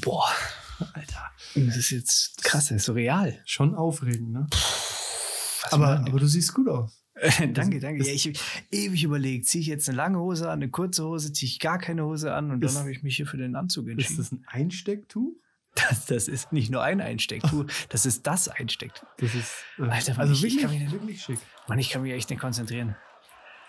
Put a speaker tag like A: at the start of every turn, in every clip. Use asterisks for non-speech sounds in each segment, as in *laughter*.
A: Boah, Alter. Das ist jetzt krass, das ist surreal.
B: Schon aufregend, ne?
A: Was
B: Aber,
A: man- *laughs*
B: aber du siehst gut aus.
A: danke, danke. Ja, ich habe ewig überlegt, ziehe ich jetzt eine lange Hose an, eine kurze Hose, ziehe ich gar keine Hose an und
B: Ist-
A: dann habe ich mich hier für den Anzug
B: Ist
A: entschieden.
B: das ein Einstecktuch?
A: Das, das ist nicht nur ein *laughs* Einstecktuch, das ist das Einstecktuch.
B: Das ist äh,
A: Alter,
B: also
A: ich- ich
B: wirklich,
A: kann mich-
B: wirklich schick.
A: Mann, ich kann mich echt nicht konzentrieren.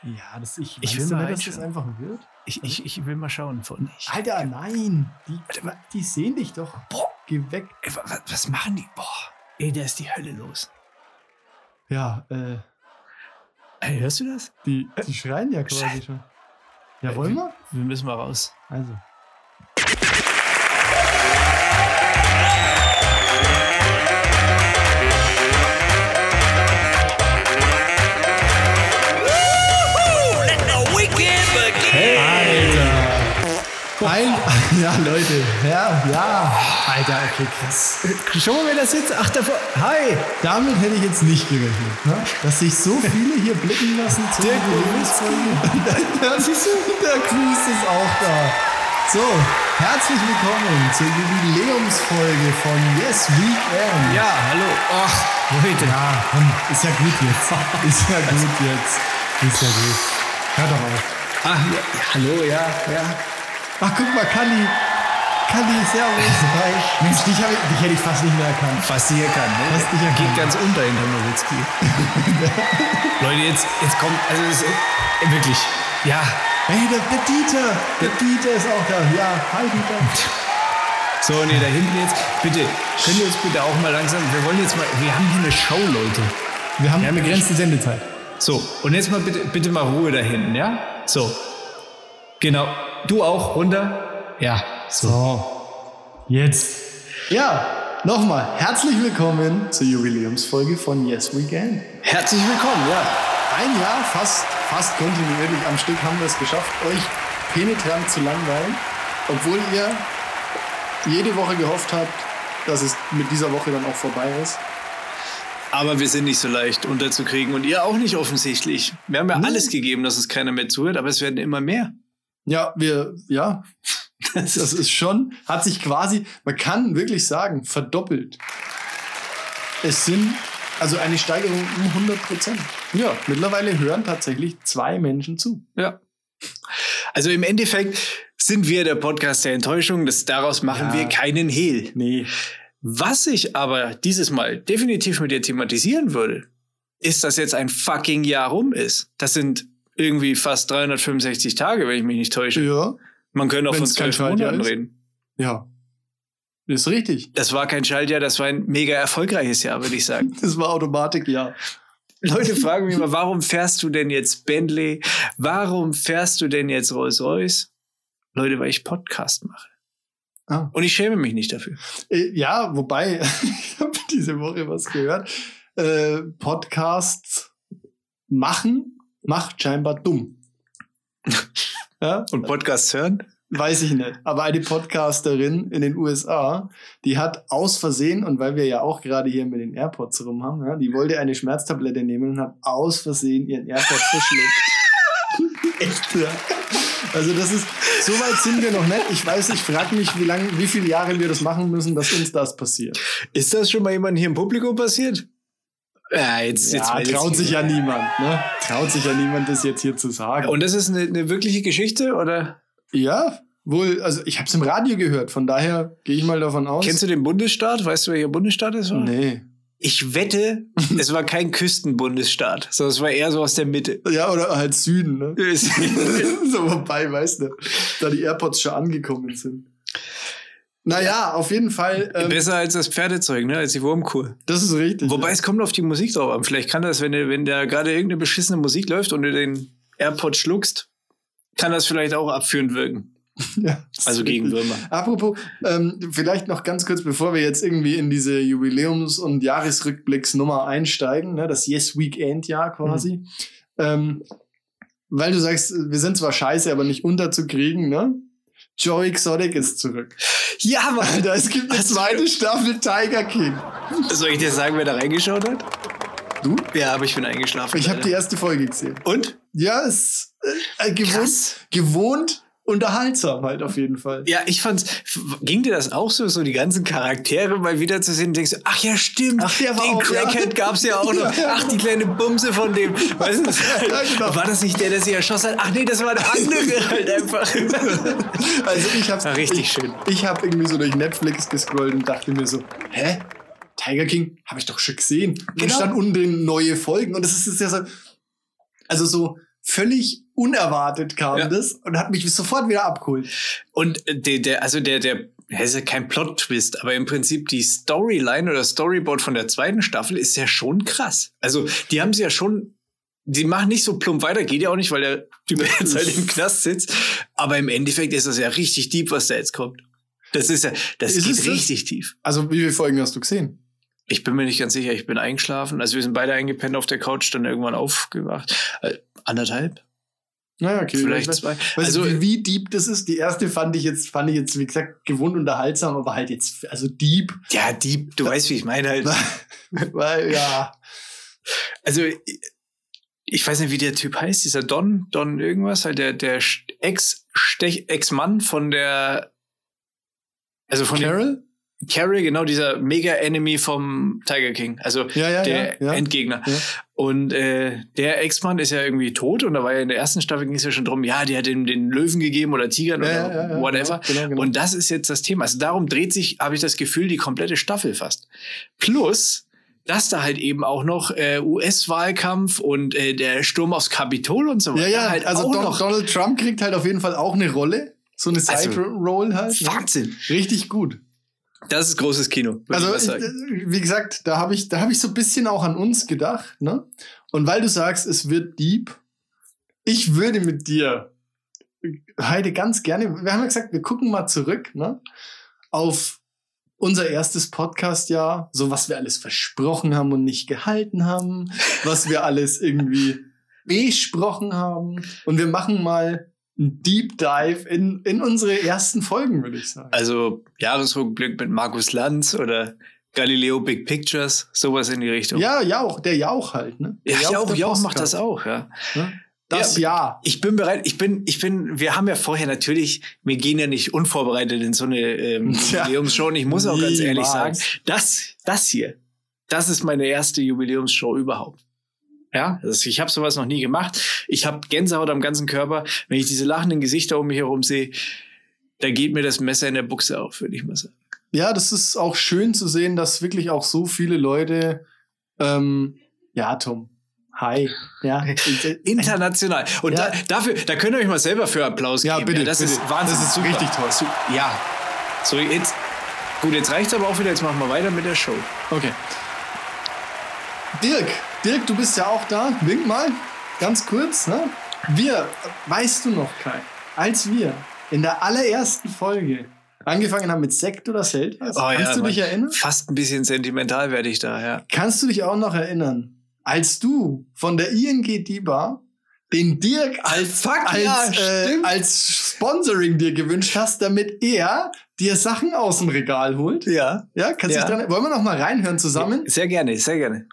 B: Ja, das ich.
A: Ich
B: weißt
A: will
B: du,
A: mal
B: wer das ist
A: reinschauen.
B: einfach wird.
A: Ich, ich, ich will mal schauen. Von- Ich,
B: Alter, nein. Die,
A: Warte mal.
B: die sehen dich doch.
A: Boah.
B: Geh weg.
A: Ey, wa- wa- was machen die? Boah, ey, da ist die Hölle los.
B: Ja, äh,
A: Ey, hörst du das?
B: die, die schreien ja quasi
A: Scheiße.
B: schon. Ja, wollen wir?
A: Wir müssen mal raus.
B: Also.
C: Let the weekend begin.
B: Alter. Ein, *laughs* ja, Leute. Ja, ja. Alter, okay, krass. Schauen wir das jetzt. Ach, davor. Hi. Damit hätte ich jetzt nicht gerechnet, ne? dass sich so viele hier blicken *laughs* lassen. Zum
A: Der
B: *laughs* Gewinnzeugen. Da siehst du, der Cruise ist auch da. So, herzlich willkommen zur Jubiläumsfolge von Yes Weekend.
A: Ja, hallo. Ach, Leute.
B: Ja, komm, ist ja gut *laughs* jetzt. Ist ja gut jetzt. Ist ja gut. Hör doch auf.
A: Ach, ja, hallo, ja, ja.
B: Ach, guck mal, Kalli. Kalli, servus. Hi. *laughs* Mensch, dich, hab ich, dich hätte ich fast nicht mehr erkannt.
A: Was die hier kann, ne?
B: Was die hier
A: Geht
B: kann.
A: ganz unter hinter Nowitzki. Leute, jetzt, jetzt kommt, also es, ist- wirklich, ja.
B: Hey, der, der Dieter. Der Dieter ist auch da. Ja, hi, Dieter.
A: So, nee, da hinten jetzt, bitte, könnt ihr uns bitte auch mal langsam, wir wollen jetzt mal, wir haben hier eine Show, Leute.
B: Wir haben
A: Ja, mir-
B: begrenzte Sendezeit.
A: So, und jetzt mal bitte, bitte mal Ruhe da hinten, ja? So, genau, du auch, runter. Ja, so.
B: So, jetzt. Ja, nochmal, herzlich willkommen zur Jubiläumsfolge von Yes Weekend.
A: Herzlich willkommen, ja.
B: Ein Jahr fast, fast kontinuierlich am Stück haben wir es geschafft, euch penetrant zu langweilen, obwohl ihr jede Woche gehofft habt, dass es mit dieser Woche dann auch vorbei ist.
A: Aber wir sind nicht so leicht unterzukriegen und ihr auch nicht offensichtlich. Wir haben ja alles gegeben, dass uns keiner mehr zuhört, aber es werden immer mehr. *laughs*
B: Ja, wir, ja,
A: Das
B: das ist schon, hat sich quasi, man kann wirklich sagen, verdoppelt. Es sind also eine Steigerung um 100 Prozent. Ja, mittlerweile hören tatsächlich zwei Menschen zu.
A: Ja. Also im Endeffekt sind wir der Podcast der Enttäuschung. Das, daraus machen
B: Ja.
A: wir keinen Hehl.
B: Nee.
A: Was ich aber dieses Mal definitiv mit dir thematisieren würde, ist, dass jetzt ein fucking Jahr rum ist. Das sind irgendwie fast 365 Tage, wenn ich mich nicht täusche.
B: Ja,
A: Man könnte auch von
B: Wenn's kein
A: zwölf
B: Schaltjahr
A: Monaten
B: ist.
A: reden.
B: ja. Ist richtig.
A: Das war kein Schaltjahr, das war ein mega erfolgreiches Jahr, würde ich sagen.
B: Das war Automatik, ja. *laughs*
A: Leute fragen mich immer, warum fährst du denn jetzt Bentley? Warum fährst du denn jetzt Rolls-Royce? Leute, weil ich Podcast mache.
B: Ah.
A: Und ich schäme mich nicht dafür.
B: Äh, Ja, wobei, *laughs* ich habe diese Woche was gehört. Äh, Podcasts machen macht scheinbar
A: *laughs*
B: dumm. ja,
A: Und Podcasts hören?
B: weiß ich nicht. Aber eine Podcasterin in den USA, die hat aus Versehen, und weil wir ja auch gerade hier mit den AirPods rum haben, ja, die wollte eine Schmerztablette nehmen und hat aus Versehen ihren AirPod
A: *laughs*
B: verschluckt. Echt, ja. Also das ist, so weit sind wir noch nicht. Ich weiß, ich frage mich, wie lange, wie viele Jahre wir das machen müssen, dass uns das passiert.
A: Ist das schon mal jemand hier im Publikum passiert? Ja, jetzt, jetzt
B: Ja,
A: weiß ich
B: traut
A: nicht.
B: sich ja niemand, ne? Traut sich ja niemand, das jetzt hier zu sagen.
A: Und das ist eine, eine wirkliche Geschichte, oder?
B: ja, wohl, also ich habe es im Radio gehört, von daher gehe ich mal davon aus.
A: Kennst du den Bundesstaat? Weißt du, welcher Bundesstaat es war?
B: Nee.
A: Ich
B: *laughs*
A: wette, es war kein Küstenbundesstaat, sondern es war eher so aus der Mitte.
B: *laughs* Ja, oder halt
A: *laughs*
B: Süden, ne? *laughs* so vorbei, weißt du, da die AirPods schon angekommen sind. Naja, auf jeden Fall, ähm,
A: Besser als das Pferdezeug, ne? als die Wurmkur.
B: das ist richtig.
A: Wobei es kommt auf die Musik drauf an. Vielleicht kann das, wenn, du- wenn da gerade irgendeine beschissene Musik läuft und du den AirPod schluckst, kann das vielleicht auch abführend wirken.
B: *laughs* ja, das
A: Also
B: ist
A: gegen
B: richtig.
A: Würmer.
B: Apropos, ähm, vielleicht noch ganz kurz, bevor wir jetzt irgendwie in diese Jubiläums- und Jahresrückblicksnummer einsteigen, ne, das Yes Weekend Jahr quasi.
A: Mhm.
B: Ähm, weil du sagst, wir sind zwar scheiße, aber nicht unterzukriegen, ne? Joe Exotic ist zurück.
A: Ja,
B: *laughs*
A: Mann!
B: Alter, es gibt eine
A: Hast du-
B: zweite Staffel Tiger King.
A: Soll ich dir sagen, wer da reingeschaut hat?
B: Du?
A: Ja, aber ich bin eingeschlafen.
B: Ich habe
A: Alter.
B: die erste Folge gesehen.
A: Und?
B: Ja, es äh, äh, gewohnt,
A: Krass.
B: gewohnt unterhaltsam halt auf jeden Fall.
A: Ja, ich fand's, f- ging dir das auch so, so die ganzen Charaktere mal wiederzusehen? Denkst du, ach ja, stimmt,
B: Ach, der war
A: den
B: auch, ja.
A: Crackhead gab's ja auch noch.
B: *laughs*
A: Ach, die kleine Bumse von dem. Weißt du,
B: Ja, genau.
A: war das nicht der, der sie erschossen hat? Ach nee, das war der
B: *laughs*
A: andere halt einfach.
B: Also ich hab's
A: War richtig
B: ich,
A: schön.
B: Ich habe irgendwie so durch Netflix gescrollt und dachte mir so, hä? Tiger King habe ich doch schon gesehen. Und dann
A: Genau.
B: stand unten drin neue Folgen und das ist, das ist ja so also so völlig unerwartet kam
A: Ja.
B: das und hat mich sofort wieder abgeholt.
A: Und äh, der, der also der, der, ja, ist ja kein Plot-Twist, aber im Prinzip die Storyline oder Storyboard von der zweiten Staffel ist ja schon krass. Also, die haben sie ja schon, die machen nicht so plump weiter, geht ja auch nicht, weil der Typ *laughs* jetzt halt im Knast sitzt. Aber im Endeffekt ist das ja richtig deep, was da jetzt kommt. Das ist ja, das
B: Ist
A: geht
B: es das?
A: richtig tief.
B: Also wie viele Folgen hast du gesehen?
A: Ich bin mir nicht ganz sicher, ich bin eingeschlafen. Also, wir sind beide eingepennt auf der Couch, dann irgendwann aufgewacht. Äh, anderthalb,
B: Naja, okay.
A: vielleicht
B: Weißt
A: zwei.
B: du,
A: Also,
B: wie, wie deep das ist? Die erste fand ich jetzt, fand ich jetzt, wie gesagt, gewohnt unterhaltsam, aber halt jetzt,
A: *laughs*
B: also deep,
A: ja, deep, du weißt, wie ich meine
B: *laughs*
A: halt.
B: weil ja.
A: Also, ich- ich weiß nicht, wie der Typ heißt, dieser Don, Don irgendwas, halt der, der Sch- Ex- Stech- Ex-Mann von der, also von
B: Carol?
A: dem Carol, genau, dieser Mega-Enemy vom Tiger King, also
B: Ja, ja,
A: der
B: ja. ja.
A: Endgegner.
B: Ja.
A: Und äh, der Ex-Mann ist ja irgendwie tot und da war ja in der ersten Staffel ging es ja schon drum, ja, der hat ihm den Löwen gegeben oder Tigern
B: Ja,
A: oder
B: ja, ja,
A: whatever.
B: Genau, genau, genau.
A: Und das ist jetzt das Thema. Also darum dreht sich, habe ich das Gefühl, die komplette Staffel fast. Plus, dass da halt eben auch noch äh, US-Wahlkampf und äh, der Sturm aufs Kapitol und so
B: Ja,
A: weiter.
B: ja,
A: halt
B: also
A: auch
B: Don,
A: noch.
B: Donald Trump kriegt halt auf jeden Fall auch eine Rolle. So eine
A: Also-
B: Side-Roll halt. ne?
A: Wahnsinn.
B: Richtig gut.
A: Das ist großes Kino. würde ich mal
B: Also,
A: sagen.
B: ich- wie gesagt, da habe ich, da hab ich so ein bisschen auch an uns gedacht. Ne? Und weil du sagst, es wird deep, ich würde mit dir heute ganz gerne, wir haben ja gesagt, wir gucken mal zurück ne? auf unser erstes Podcast-Jahr, so was wir alles versprochen haben und nicht gehalten haben, was wir alles
A: *laughs*
B: irgendwie besprochen haben. Und wir machen mal einen Deep Dive in, in unsere ersten Folgen, würde ich sagen.
A: also Jahresrückblick mit Markus Lanz oder Galileo Big Pictures, sowas in die Richtung.
B: Ja, Jauch, der Jauch halt, ne? Der
A: ja, Jauch,
B: der
A: Jauch macht
B: Postcard,
A: das auch, ja.
B: Ne? Das Jahr.
A: Ich bin bereit, ich bin, ich bin, wir haben ja vorher natürlich, wir gehen ja nicht unvorbereitet in so eine
B: *laughs*
A: ähm,
B: Tja.
A: Jubiläumsshow und ich muss auch ganz ehrlich
B: Niemals.
A: sagen, das, das hier, das ist meine erste Jubiläumsshow überhaupt. Ja, also ich habe sowas noch nie gemacht. Ich habe Gänsehaut am ganzen Körper. Wenn ich diese lachenden Gesichter um mich herum sehe, da geht mir das Messer in der Buchse auf, würde ich mal sagen.
B: Ja, das ist auch schön zu sehen, dass wirklich auch so viele Leute. Ähm, ja, Tom. Hi.
A: *laughs*
B: Ja,
A: International. Und
B: Ja.
A: da, dafür, da könnt ihr euch mal selber für Applaus
B: ja
A: geben.
B: bitte.
A: das
B: bitte.
A: ist wahnsinnig
B: Das ist
A: super.
B: richtig toll.
A: Su- Ja. So, jetzt. Gut, jetzt reicht's aber auch wieder. Jetzt machen wir weiter mit der Show.
B: Okay. Dirk, Dirk, du bist ja auch da. Wink mal. Ganz kurz, ne? Wir, weißt du noch, Kai, als wir in der allerersten Folge angefangen haben mit Sekt oder Selters,
A: Oh ja,
B: kannst du dich
A: Mann.
B: erinnern?
A: Fast ein bisschen sentimental werde ich da, ja.
B: Kannst du dich auch noch erinnern, als du von der ING DIBA den Dirk als,
A: fuck,
B: als,
A: ja,
B: äh,
A: stimmt.
B: als Sponsoring dir gewünscht hast, damit er dir Sachen aus dem Regal holt?
A: Ja.
B: Ja, kannst du
A: Ja.
B: dich dran, wollen wir noch mal reinhören zusammen?
A: Sehr gerne, sehr gerne.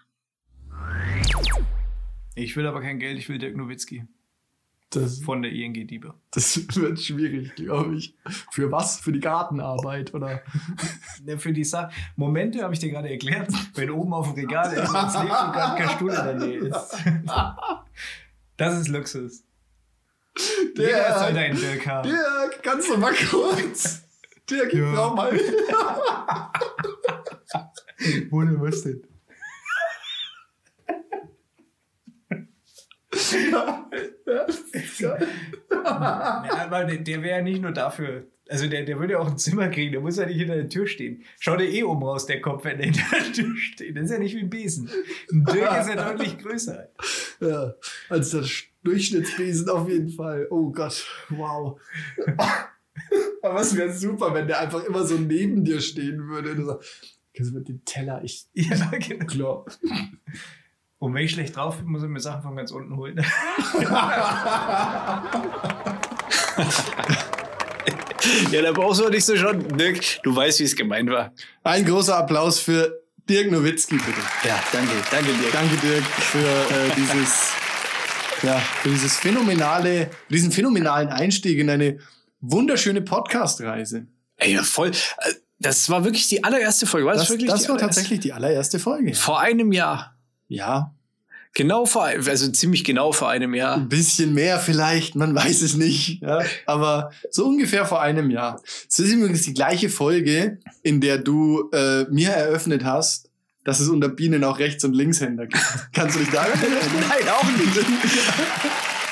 A: Ich will aber kein Geld, ich will Dirk Nowitzki
D: Das,
A: von der ING Diebe.
D: das *laughs* wird schwierig, glaube ich. Für was? Für die Gartenarbeit oder?
A: Ne, Für die Sa Momente habe ich dir gerade erklärt, wenn oben auf dem Regal ist, das Licht und gerade kein Stuhl in der Nähe ist. Das ist Luxus.
D: Jeder soll
A: einen Dirk haben.
D: Dirk, kannst du mal kurz? Dirk, ich
A: Ja.
D: brauch mal. Wurde was *laughs* denn?
A: Ja, aber der, der wäre ja nicht nur dafür. Also der, der würde ja auch ein Zimmer kriegen, der muss ja nicht hinter der Tür stehen. Schaut ja eh oben raus, der Kopf, wenn der hinter der Tür steht. Das ist ja nicht wie ein Besen. Ein Dirk ist ja deutlich größer.
D: Ja, als das Durchschnittsbesen auf jeden Fall. Oh Gott, wow. *laughs* Aber es wäre super, wenn der einfach immer so neben dir stehen würde und du sagst, kannst du mit dem Teller, ich
A: Ja, genau.
D: glaub.
A: Und wenn ich schlecht drauf bin, muss ich mir Sachen von ganz unten holen. *laughs* ja, da brauchst du nicht so schon. Dirk, du weißt, wie es gemeint war.
B: Ein großer Applaus für Dirk Nowitzki, bitte.
A: Ja, danke. Danke, Dirk.
B: Danke, Dirk, für äh, dieses, ja, für dieses phänomenale, diesen phänomenalen Einstieg in eine wunderschöne Podcast-Reise.
A: Ey, ja, voll. Äh, Das war wirklich die allererste Folge. War das,
B: Das,
A: wirklich die
B: das war
A: allererste?
B: tatsächlich die allererste Folge.
A: Vor einem Jahr.
B: Ja,
A: Genau vor, ein- also ziemlich genau vor einem Jahr.
B: ein bisschen mehr vielleicht, man weiß es nicht. Ja? Aber so ungefähr vor einem Jahr. Es ist übrigens die gleiche Folge, in der du äh, mir eröffnet hast, dass es unter Bienen auch Rechts- und Linkshänder gibt. *laughs* Kannst du dich daran erinnern?
A: *laughs* Nein, auch nicht.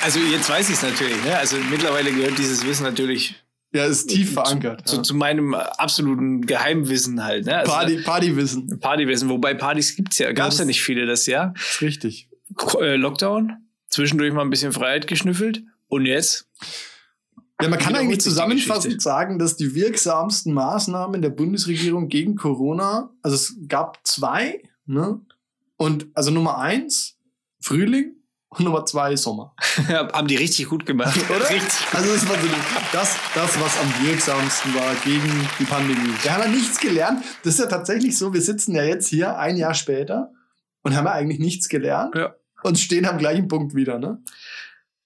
A: Also jetzt weiß ich es natürlich. Ne? Also mittlerweile gehört dieses Wissen natürlich
B: Ja, ist tief verankert.
A: zu,
B: ja.
A: zu meinem äh, absoluten Geheimwissen halt. Ne? Also
B: Party, Partywissen.
A: Partywissen. Wobei Partys gibt's ja. Gab's
B: das-
A: ja nicht viele das Jahr.
B: Ist richtig.
A: K- äh, Lockdown. Zwischendurch mal ein bisschen Freiheit geschnüffelt. Und
B: *laughs*
A: jetzt?
B: Ja, man kann
A: Wiederholt sich
B: eigentlich
A: genau, die
B: zusammenfassend
A: Geschichte.
B: sagen, dass die wirksamsten Maßnahmen der Bundesregierung gegen Corona, also es gab zwei, ne? Und also Nummer eins, Frühling und Nummer zwei, Sommer.
A: Haben die richtig gut gemacht, *laughs*
B: Oder?
A: Richtig.
B: Also das war so das, das, was am wirksamsten war gegen die Pandemie. Da haben wir nichts gelernt. Das ist ja tatsächlich so, wir sitzen ja jetzt hier ein Jahr später und haben ja eigentlich nichts gelernt
A: Ja.
B: und stehen am gleichen Punkt wieder, ne?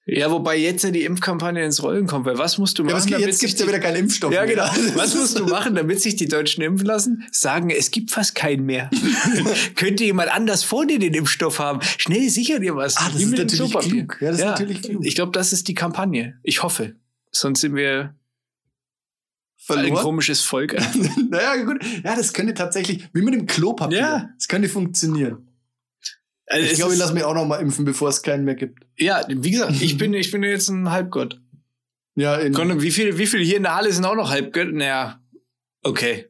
A: Ja, wobei jetzt ja die Impfkampagne ins Rollen kommt. Weil was musst du machen,
B: Ja, was,
A: damit
B: jetzt
A: sich
B: gibt's ja
A: die-
B: wieder keinen Impfstoff
A: Ja,
B: mehr. *laughs*
A: genau. Was musst du machen, damit sich die Deutschen impfen lassen? Sagen, es gibt fast keinen
B: *laughs*
A: mehr. *laughs* Könnte jemand anders vor dir den Impfstoff haben? Schnell sicher dir was.
B: Ah, das
A: Wie
B: ist
A: mit dem
B: natürlich
A: Klopapier.
B: klug. Ja, das ist natürlich klug.
A: Ich glaube, das ist die Kampagne. Ich hoffe. Sonst sind wir ein
B: Verloren?
A: komisches
B: *laughs*
A: Volk. Also,
B: Naja, gut. Ja, das könnte tatsächlich, wie mit dem Klopapier,
A: Ja.
B: das könnte funktionieren.
A: Also
B: Ich
A: es
B: glaube, ich
A: ist-
B: lasse mich auch noch mal impfen, bevor es keinen mehr gibt.
A: ja, wie gesagt, ich bin, ich bin jetzt ein Halbgott.
B: Ja, in,
A: Gott, und wie viele wie viel hier in der Halle sind auch noch Halbgott? Naja, okay.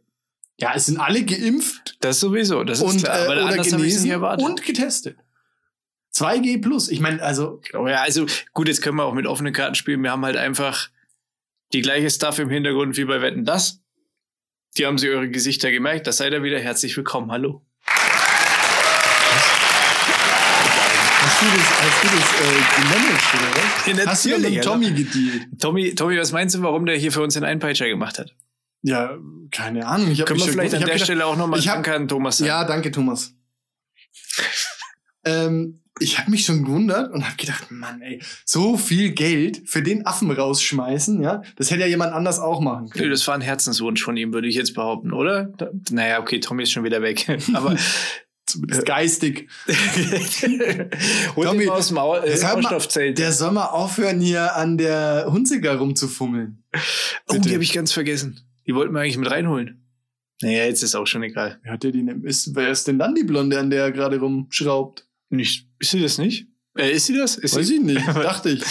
B: ja, es sind alle geimpft
A: Das sowieso, das ist
B: und,
A: klar. Aber
B: äh, oder
A: anders habe ich es nicht
B: genesen
A: erwartet.
B: und getestet. 2G plus. Ich meine, also,
A: Oh ja, also gut, jetzt können wir auch mit offenen Karten spielen. Wir haben halt einfach die gleiche Stuff im Hintergrund wie bei Wetten das. Die haben sie eure Gesichter gemerkt. Das seid ihr wieder. Herzlich willkommen. Hallo.
B: hast du das, hast du das äh, gemanagt, oder was?
A: Ja,
B: Hast du da mit dem
A: natürlich,
B: Tommy gedealt?
A: Tommy, Tommy, was meinst du, warum der hier für uns den Einpeitscher gemacht hat?
B: Ja, keine Ahnung. Ich hab
A: Können
B: mich
A: wir
B: schon
A: vielleicht an
B: gewundert. Ich hab
A: der
B: gedacht,
A: Stelle auch nochmal
B: ich hab-
A: danke an Thomas sagen.
B: Ja, danke, Thomas. ähm, ich habe mich schon gewundert und habe gedacht, Mann, ey, so viel Geld für den Affen rausschmeißen, ja, das hätte ja jemand anders auch machen
A: Nö,
B: können.
A: Das war ein Herzenswunsch von ihm, würde ich jetzt behaupten, oder? Da- Naja, okay, Tommy ist schon wieder weg. *laughs* Aber
B: Zumindest geistig.
A: hol
B: Tommy,
A: ihn mal aus dem Au äh,
B: sag mal,
A: Sauerstoffzelt.
B: Der soll mal aufhören, hier an der Hunziker rumzufummeln.
A: Oh,
B: Bitte.
A: die habe ich ganz vergessen. Die wollten wir eigentlich mit reinholen. Naja, jetzt ist auch schon egal.
B: Wer Hat der die denn, ist, wer ist denn dann die Blonde, an der er gerade rumschraubt?
A: Nicht. Ist sie das nicht? Äh, ist sie das? Ist
B: Weiß
A: sie?
B: ich nicht, dachte ich.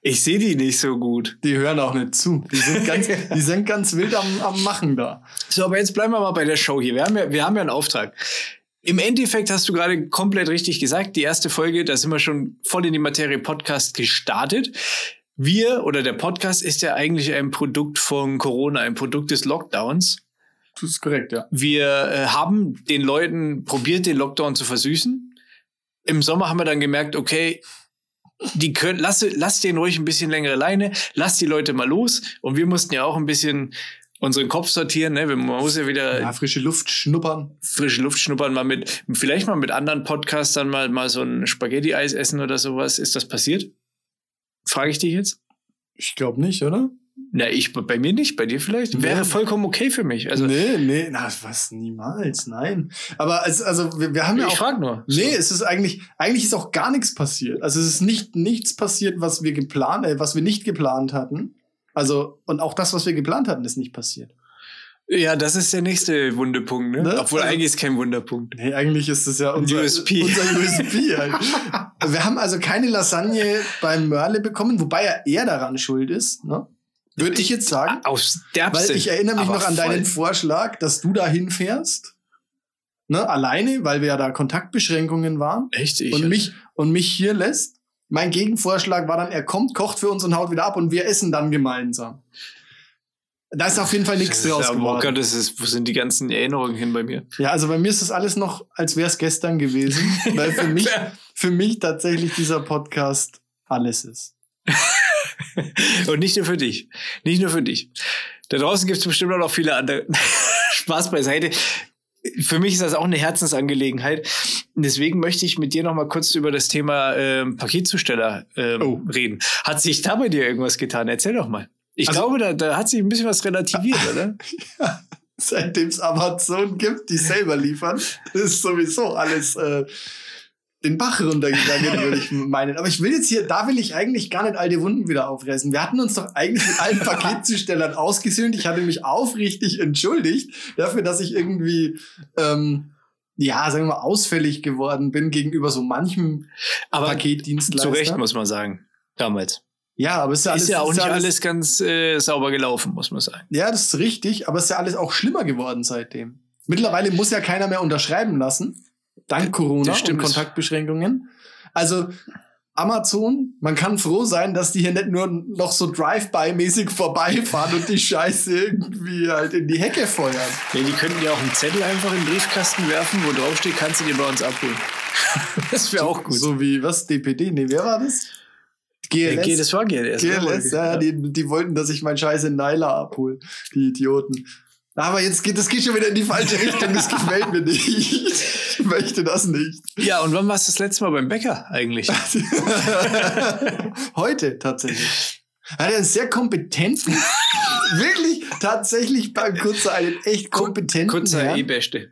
A: Ich sehe die nicht so gut.
B: Die hören auch nicht zu. Die sind ganz, die sind ganz wild am, am Machen da.
A: So, aber jetzt bleiben wir mal bei der Show hier. Wir haben ja, wir haben ja einen Auftrag. Im Endeffekt hast du gerade komplett richtig gesagt. Die erste Folge, da sind wir schon voll in die Materie Podcast gestartet. Wir oder der Podcast ist ja eigentlich ein Produkt von Corona, ein Produkt des Lockdowns.
B: Das ist korrekt, ja.
A: Wir äh, haben den Leuten probiert, den Lockdown zu versüßen. Im Sommer haben wir dann gemerkt, okay, die können, lass, lass den ruhig ein bisschen längere Leine, lass die Leute mal los. Und wir mussten ja auch ein bisschen unseren Kopf sortieren. Ne? Man muss ja wieder
B: ja. Frische Luft schnuppern.
A: frische Luft schnuppern, mal mit, vielleicht mal mit anderen Podcastern mal, mal so ein Spaghetti-Eis essen oder sowas. Ist das passiert? Frage ich dich jetzt?
B: Ich glaube nicht, oder?
A: Na, ich, bei mir nicht, bei dir vielleicht.
B: Nee.
A: Wäre vollkommen okay für mich. Also,
B: nee, nee, na, was, niemals, nein. Aber es, also, wir, wir haben ja
A: ich
B: auch.
A: frage nur.
B: Nee, es ist eigentlich, eigentlich ist auch gar nichts passiert. Also es ist nicht nichts passiert, was wir geplant, äh, was wir nicht geplant hatten. Also, und auch das, was wir geplant hatten, ist nicht passiert.
A: Ja, das ist der nächste Wundepunkt, ne?
B: Ne?
A: Obwohl
B: Also-
A: eigentlich ist kein Wunderpunkt.
B: Nee, eigentlich ist es ja unser
A: USP.
B: *laughs* Unser USP halt. wir haben also keine Lasagne beim Mörle bekommen, wobei er eher daran schuld ist, ne? Würde ich jetzt sagen.
A: Aufs Derbste.
B: Weil ich erinnere mich
A: Aber
B: noch an
A: voll.
B: deinen Vorschlag, dass du da hinfährst. Ne, alleine, weil wir ja da Kontaktbeschränkungen waren.
A: Echt? Ich
B: Und mich, und mich hier lässt. Mein Gegenvorschlag war dann, er kommt, kocht für uns und haut wieder ab und wir essen dann gemeinsam. Da ist auf jeden Fall nichts draus
A: aber, Oh
B: geworden.
A: Gott, das ist, wo sind die ganzen Erinnerungen hin bei mir?
B: Ja, also bei mir ist das alles noch, als wäre es
A: *laughs*
B: gestern gewesen, weil für mich,
A: Klar.
B: für mich tatsächlich dieser Podcast alles ist.
A: Und nicht nur für dich. Nicht nur für dich. Da draußen gibt es bestimmt auch noch viele andere. *laughs* Spaß beiseite. Für mich ist das auch eine Herzensangelegenheit. Und Deswegen möchte ich mit dir noch mal kurz über das Thema ähm, Paketzusteller ähm,
B: Oh.
A: reden. Hat sich da bei dir irgendwas getan? Erzähl doch mal. Ich
B: Also- Ah.
A: glaube, da, da hat sich ein bisschen was relativiert, oder?
B: Seitdem es Amazon gibt, die selber liefern, ist sowieso alles äh, den
A: *laughs*
B: Bach runtergegangen, würde ich meinen. Aber ich will jetzt hier, da will ich eigentlich gar nicht alte Wunden wieder aufreißen. Wir hatten uns doch eigentlich
A: *laughs*
B: mit allen Paketzustellern ausgesöhnt. Ich hatte mich aufrichtig entschuldigt dafür, dass ich irgendwie, ähm, ja, sagen wir mal, ausfällig geworden bin gegenüber so manchem
A: Aber zu
B: Paketdienstleister.
A: Recht, muss man sagen. Damals.
B: Ja, aber es ist ja alles,
A: ist ja auch
B: es
A: nicht
B: alles-
A: alles ganz äh, sauber gelaufen, muss man sagen.
B: Ja, das ist richtig, aber es ist ja alles auch schlimmer geworden seitdem. Mittlerweile muss ja keiner mehr unterschreiben lassen, dank Corona
A: das
B: und
A: stimmt.
B: Kontaktbeschränkungen. Also Amazon, man kann froh sein, dass die hier nicht nur noch so Drive-by-mäßig vorbeifahren und die Scheiße irgendwie halt in die Hecke feuern.
A: Ja, die könnten ja auch einen Zettel einfach in den Briefkasten werfen, wo drauf steht, kannst du dir bei uns abholen. *laughs* das wäre auch gut.
B: So wie, was, DPD? Nee, wer war das? GLS.
A: Ja, das war GLS. ne?
B: GLS, ja, die, die wollten, dass ich meinen Scheiß in Naila abhole, die Idioten. Aber jetzt geht das geht schon wieder in die falsche Richtung, das gefällt mir nicht. Ich möchte das nicht. *laughs*
A: ja, und wann warst du das letzte Mal beim Bäcker eigentlich?
B: Heute tatsächlich. Hat er einen sehr kompetenten, wirklich tatsächlich beim Kurzer einen echt kompetenten
A: Kurzer
B: Herrn,
A: E-Beste.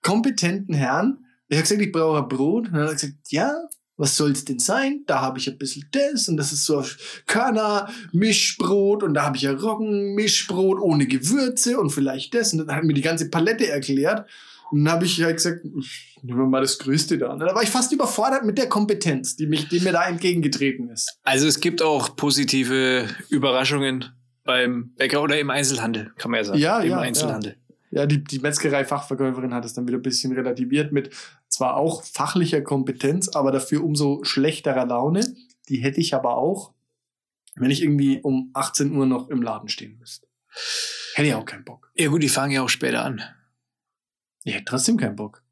B: kompetenten Herrn. Ich habe gesagt, ich brauche ein Brot. Und dann hat er gesagt, ja, was soll's denn sein? Da habe ich ein bisschen das und das ist so Körner-Mischbrot und da habe ich ja Roggen-Mischbrot ohne Gewürze und vielleicht das. Und dann hat er mir die ganze Palette erklärt. Und dann habe ich halt gesagt, ich nehme mal das Größte da. Und da war ich fast überfordert mit der Kompetenz, die, mich, die mir da entgegengetreten ist.
A: Also es gibt auch positive Überraschungen beim Bäcker oder im Einzelhandel, kann man ja sagen.
B: Ja,
A: Im
B: ja,
A: Einzelhandel.
B: Ja, die, die Metzgerei-Fachverkäuferin hat es dann wieder ein bisschen relativiert mit zwar auch fachlicher Kompetenz, aber dafür umso schlechterer Laune. Die hätte ich aber auch, wenn ich irgendwie um 18 Uhr noch im Laden stehen müsste. Hätte ich auch keinen Bock.
A: Ja. gut, die fangen ja auch später an.
B: Ich hätte trotzdem keinen Bock.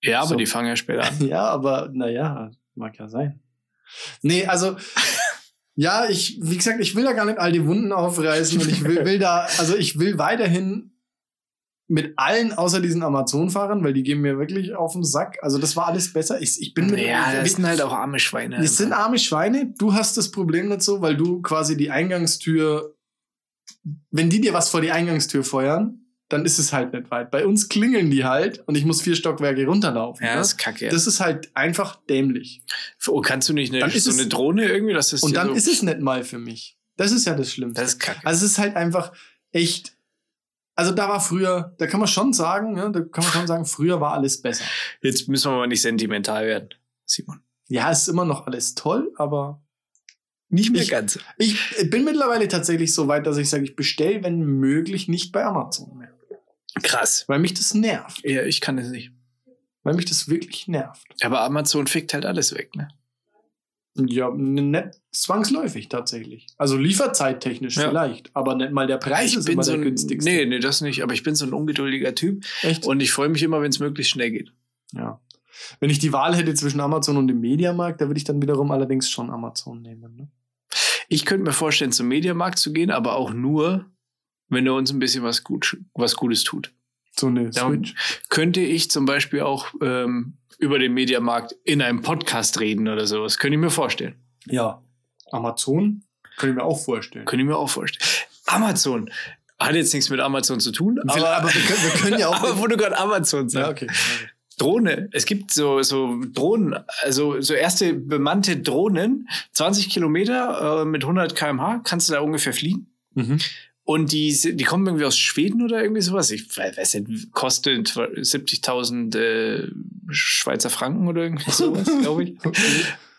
A: Ja, aber
B: So.
A: die fangen ja später an.
B: Ja, aber naja, mag ja sein. Nee,
A: *laughs*
B: also. Ja, ich, wie gesagt, ich will da gar nicht all die Wunden aufreißen und ich will, will da, also ich will weiterhin mit allen außer diesen Amazon-Fahrern, weil die gehen mir wirklich auf den Sack. Also das war alles besser. Ich, ich bin mit,
A: Ja, das
B: ich,
A: sind halt auch arme Schweine.
B: Es sind
A: einfach.
B: arme Schweine. Du hast das Problem nicht so, weil du quasi die Eingangstür, wenn die dir was vor die Eingangstür feuern, dann ist es halt nicht weit. Bei uns klingeln die halt und ich muss vier Stockwerke runterlaufen.
A: ja,
B: ne?
A: das ist kacke.
B: das ist halt einfach dämlich.
A: oh, kannst du nicht eine,
B: Dann ist
A: so
B: es-
A: eine Drohne irgendwie? Das ist
B: Und dann
A: so,
B: ist es nicht mal für mich. Das ist ja das Schlimmste.
A: das ist kacke.
B: Also es ist halt einfach echt. Also da war früher, da kann man schon sagen, ne, da kann man schon sagen, früher war alles besser.
A: Jetzt müssen wir mal nicht sentimental werden, Simon.
B: Ja, es ist immer noch alles toll, aber
A: Nicht
B: mehr
A: ganz.
B: ich bin mittlerweile tatsächlich so weit, dass ich sage, ich bestelle, wenn möglich, nicht bei Amazon mehr.
A: Krass.
B: Weil mich das nervt.
A: Ja, ich kann es nicht.
B: Weil mich das wirklich nervt.
A: Aber Amazon fickt halt alles weg, ne?
B: Ja, n- nicht zwangsläufig tatsächlich. Also lieferzeittechnisch
A: Ja.
B: vielleicht, aber nicht mal der Preis ist immer
A: so
B: der
A: ein,
B: günstigste.
A: Nee, nee, das nicht. Aber ich bin so ein ungeduldiger Typ
B: Echt?
A: und ich freue mich immer, wenn es möglichst schnell geht.
B: Ja. Wenn ich die Wahl hätte zwischen Amazon und dem Mediamarkt, da würde ich dann wiederum allerdings schon Amazon nehmen. Ne?
A: Ich könnte mir vorstellen, zum Mediamarkt zu gehen, aber auch nur, wenn er uns ein bisschen was, gut, was Gutes tut.
B: So eine
A: Ja,
B: Switch.
A: Könnte ich zum Beispiel auch ähm, über den Mediamarkt in einem Podcast reden oder sowas? Könnte ich mir vorstellen.
B: Ja. Amazon? Könnte ich mir auch vorstellen.
A: Könnte ich mir auch vorstellen. Amazon. Hat jetzt nichts mit Amazon zu tun,
B: Aber,
A: aber,
B: aber wir, können, wir können ja auch.
A: *laughs* aber wo du gerade Amazon sagst.
B: ja, okay.
A: Drohne. Es gibt so, so Drohnen, also so erste bemannte Drohnen, 20 Kilometer äh, mit 100 km/h, kannst du da ungefähr fliegen.
B: Mhm.
A: Und die, si- die kommen irgendwie aus Schweden oder irgendwie sowas. Ich we- weiß nicht, kostet 70.000 äh, Schweizer Franken oder
B: *laughs*
A: irgendwie sowas, glaube ich.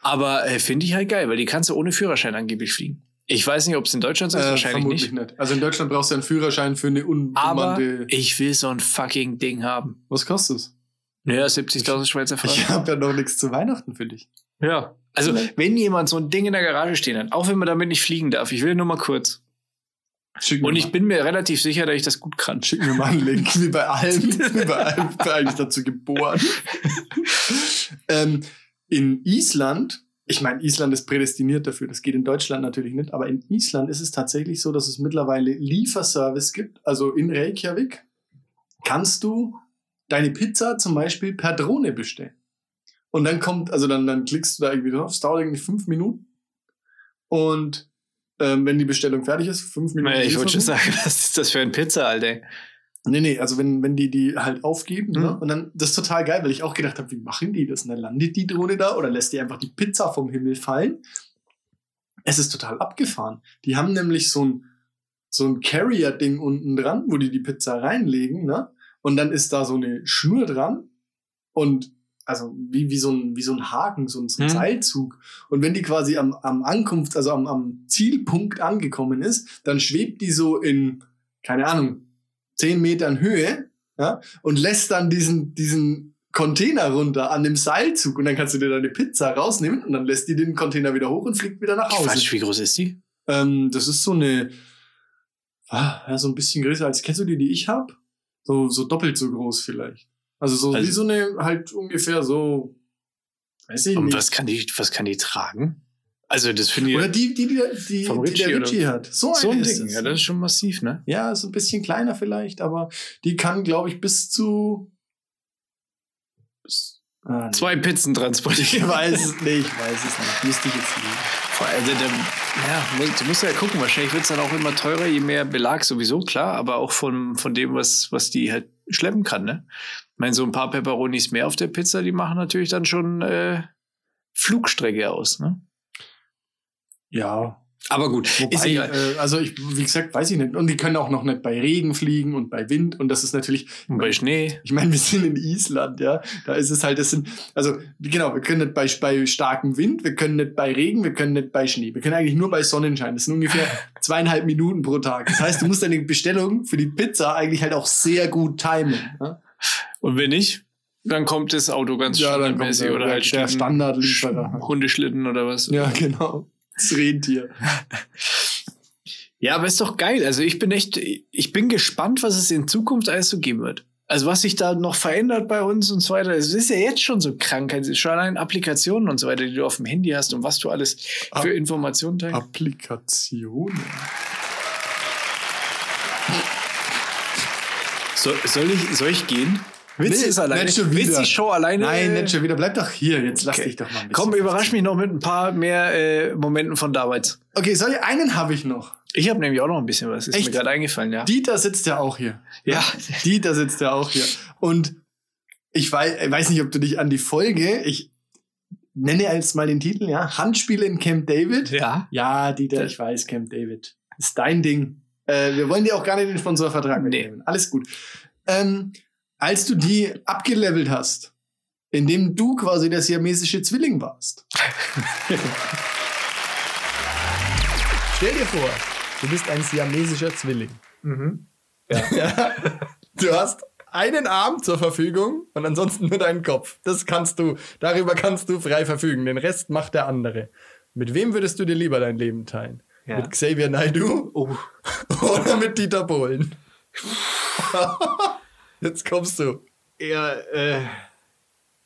A: Aber äh, finde ich halt geil, weil die kannst du ohne Führerschein angeblich fliegen. Ich weiß nicht, ob es in Deutschland so ist,
B: Äh,
A: wahrscheinlich
B: vermutlich
A: nicht.
B: Also in Deutschland brauchst du einen Führerschein für eine
A: Aber
B: unbemannte.
A: ich will so ein fucking Ding haben.
B: Was kostet es?
A: Ja, 70.000 Schweizer Franken.
B: Ich habe ja noch nichts zu Weihnachten für dich.
A: Ja. Also, wenn jemand so ein Ding in der Garage stehen hat, auch wenn man damit nicht fliegen darf, ich will nur mal kurz.
B: Schick mir
A: Und
B: mal.
A: ich bin mir relativ sicher, dass ich das gut kann.
B: Schick mir mal einen Link, wie bei
A: *laughs*
B: allem. Wie bei allem ich bin eigentlich dazu geboren. ähm, in Island, ich meine, Island ist prädestiniert dafür, das geht in Deutschland natürlich nicht, aber in Island ist es tatsächlich so, dass es mittlerweile Lieferservice gibt. Also in Reykjavik kannst du deine Pizza zum Beispiel per Drohne bestellen. Und dann kommt, also dann, dann klickst du da irgendwie drauf, es dauert irgendwie fünf Minuten. Und ähm, wenn die Bestellung fertig ist, fünf Minuten.
A: Naja, ich wollte schon
B: Lieferung.
A: sagen, *laughs* was ist das für ein Pizza, Alter?
B: Nee, nee, also wenn, wenn die die halt aufgeben,
D: Mhm.
B: ne? Und dann, das ist total geil, weil ich auch gedacht habe, wie machen die das? Und dann landet die Drohne da oder lässt die einfach die Pizza vom Himmel fallen? Es ist total abgefahren. Die haben nämlich so ein, so ein Carrier-Ding unten dran, wo die die Pizza reinlegen, ne? Und dann ist da so eine Schnur dran und also wie, wie, so ein, wie so ein Haken, so ein, so ein
A: Mhm.
B: Seilzug. Und wenn die quasi am, am Ankunft, also am, am Zielpunkt angekommen ist, dann schwebt die so in, keine Ahnung, 10 Metern Höhe ja, und lässt dann diesen, diesen Container runter an dem Seilzug und dann kannst du dir deine Pizza rausnehmen und dann lässt die den Container wieder hoch und fliegt wieder nach Hause.
A: Quatsch, wie groß ist die?
B: Ähm, das ist so eine, ah, ja, so ein bisschen größer als, kennst du die, die ich habe? So, so doppelt so groß vielleicht. Also so
A: Also-
B: wie so eine, halt ungefähr so, weiß ich
A: Und
B: nicht.
A: was kann die, was kann die tragen? Also, das finde ich.
B: Oder die, die, die, die,
A: Vom
B: die der
A: Ritchie oder-
B: Ritchie hat. So,
A: so
B: eine
A: ein
B: ist
A: Ding.
B: das.
A: Ja, das ist schon massiv, ne?
B: Ja, ist ein bisschen kleiner vielleicht, aber die kann, glaube ich, bis zu. Bis, ah, nee.
A: Zwei Pizzen
B: *laughs* Ich
A: transportieren.
B: weiß es nicht, ich weiß es nicht. Müsste ich jetzt nicht.
A: Boah, Also, da, ja, muss, du musst ja gucken. Wahrscheinlich wird es dann auch immer teurer, je mehr Belag sowieso, klar, aber auch von, von dem, was, was die halt schleppen kann, ne? Ich meine, so ein paar Peperonis mehr auf der Pizza, die machen natürlich dann schon äh, Flugstrecke aus, ne?
B: Ja,
A: Aber gut, ist
B: wobei,
A: egal.
B: äh, also ich, wie gesagt, weiß ich nicht. Und die können auch noch nicht bei Regen fliegen und bei Wind. Und das ist natürlich,
A: Und bei Schnee.
B: ich meine, wir sind in Island, ja. Da ist es halt, das sind, also genau, wir können nicht bei, bei starkem Wind, wir können nicht bei Regen, wir können nicht bei Schnee. Wir können eigentlich nur bei Sonnenschein. Das
A: *laughs*
B: sind ungefähr zweieinhalb Minuten pro Tag. Das heißt, du musst deine Bestellung für die Pizza eigentlich halt auch sehr gut timen. Ja?
A: Und wenn nicht, dann kommt das Auto ganz standardmäßig
B: der,
A: oder
B: der,
A: halt
B: der
A: Schlitten-
B: Standardlieferer.
A: Hundeschlitten oder was.
B: Ja, genau. Das Rentier.
A: Ja, aber ist doch geil. Also ich bin echt, ich bin gespannt, was es in Zukunft alles so geben wird. Also was sich da noch verändert bei uns und so weiter. Es ist ja jetzt schon so krank. Also schon allein Applikationen und so weiter, die du auf dem Handy hast und was du alles
B: Ab-
A: für Informationen teilst.
B: Applikationen.
A: So, soll, ich, soll ich gehen? Witz
B: Nee,
A: ist alleine.
B: nicht schon
A: Witz
B: wieder.
A: die Show alleine.
B: Nein, nicht schon wieder. Bleib doch hier. Jetzt lass
A: Äh, Okay.
B: dich doch mal ein bisschen.
A: Komm, überrasch mich noch mit ein paar mehr äh, Momenten von damals.
B: Okay, soll ich, einen habe ich noch.
A: Ich habe nämlich auch noch ein bisschen was. Ist
B: Echt?
A: mir gerade eingefallen, ja.
B: Dieter sitzt ja auch hier. *laughs*
A: ja.
B: Dieter sitzt ja auch hier. Und ich weiß, ich weiß nicht, ob du dich an die Folge, ich nenne jetzt mal den Titel, ja. Handspiel in Camp David.
A: Ja.
B: Ja, Dieter, ich weiß, Camp David. Ist dein Ding. Äh, wir wollen dir auch gar nicht den Sponsorvertrag
A: Nee.
B: mitnehmen. Alles gut. Ähm, als du die abgelevelt hast, indem du quasi der siamesische Zwilling warst.
D: Stell dir vor, du bist ein siamesischer Zwilling.
A: Mhm.
D: Ja. *laughs* Du hast einen Arm zur Verfügung und ansonsten nur deinen Kopf. Das kannst du, darüber kannst du frei verfügen. Den Rest macht der andere. Mit wem würdest du dir lieber dein Leben teilen?
A: Ja. Oh.
D: Mit Xavier Naidoo *laughs* oder mit Dieter
A: *laughs*
D: Bohlen? Jetzt kommst
A: *laughs*
D: du.
A: Eher, äh,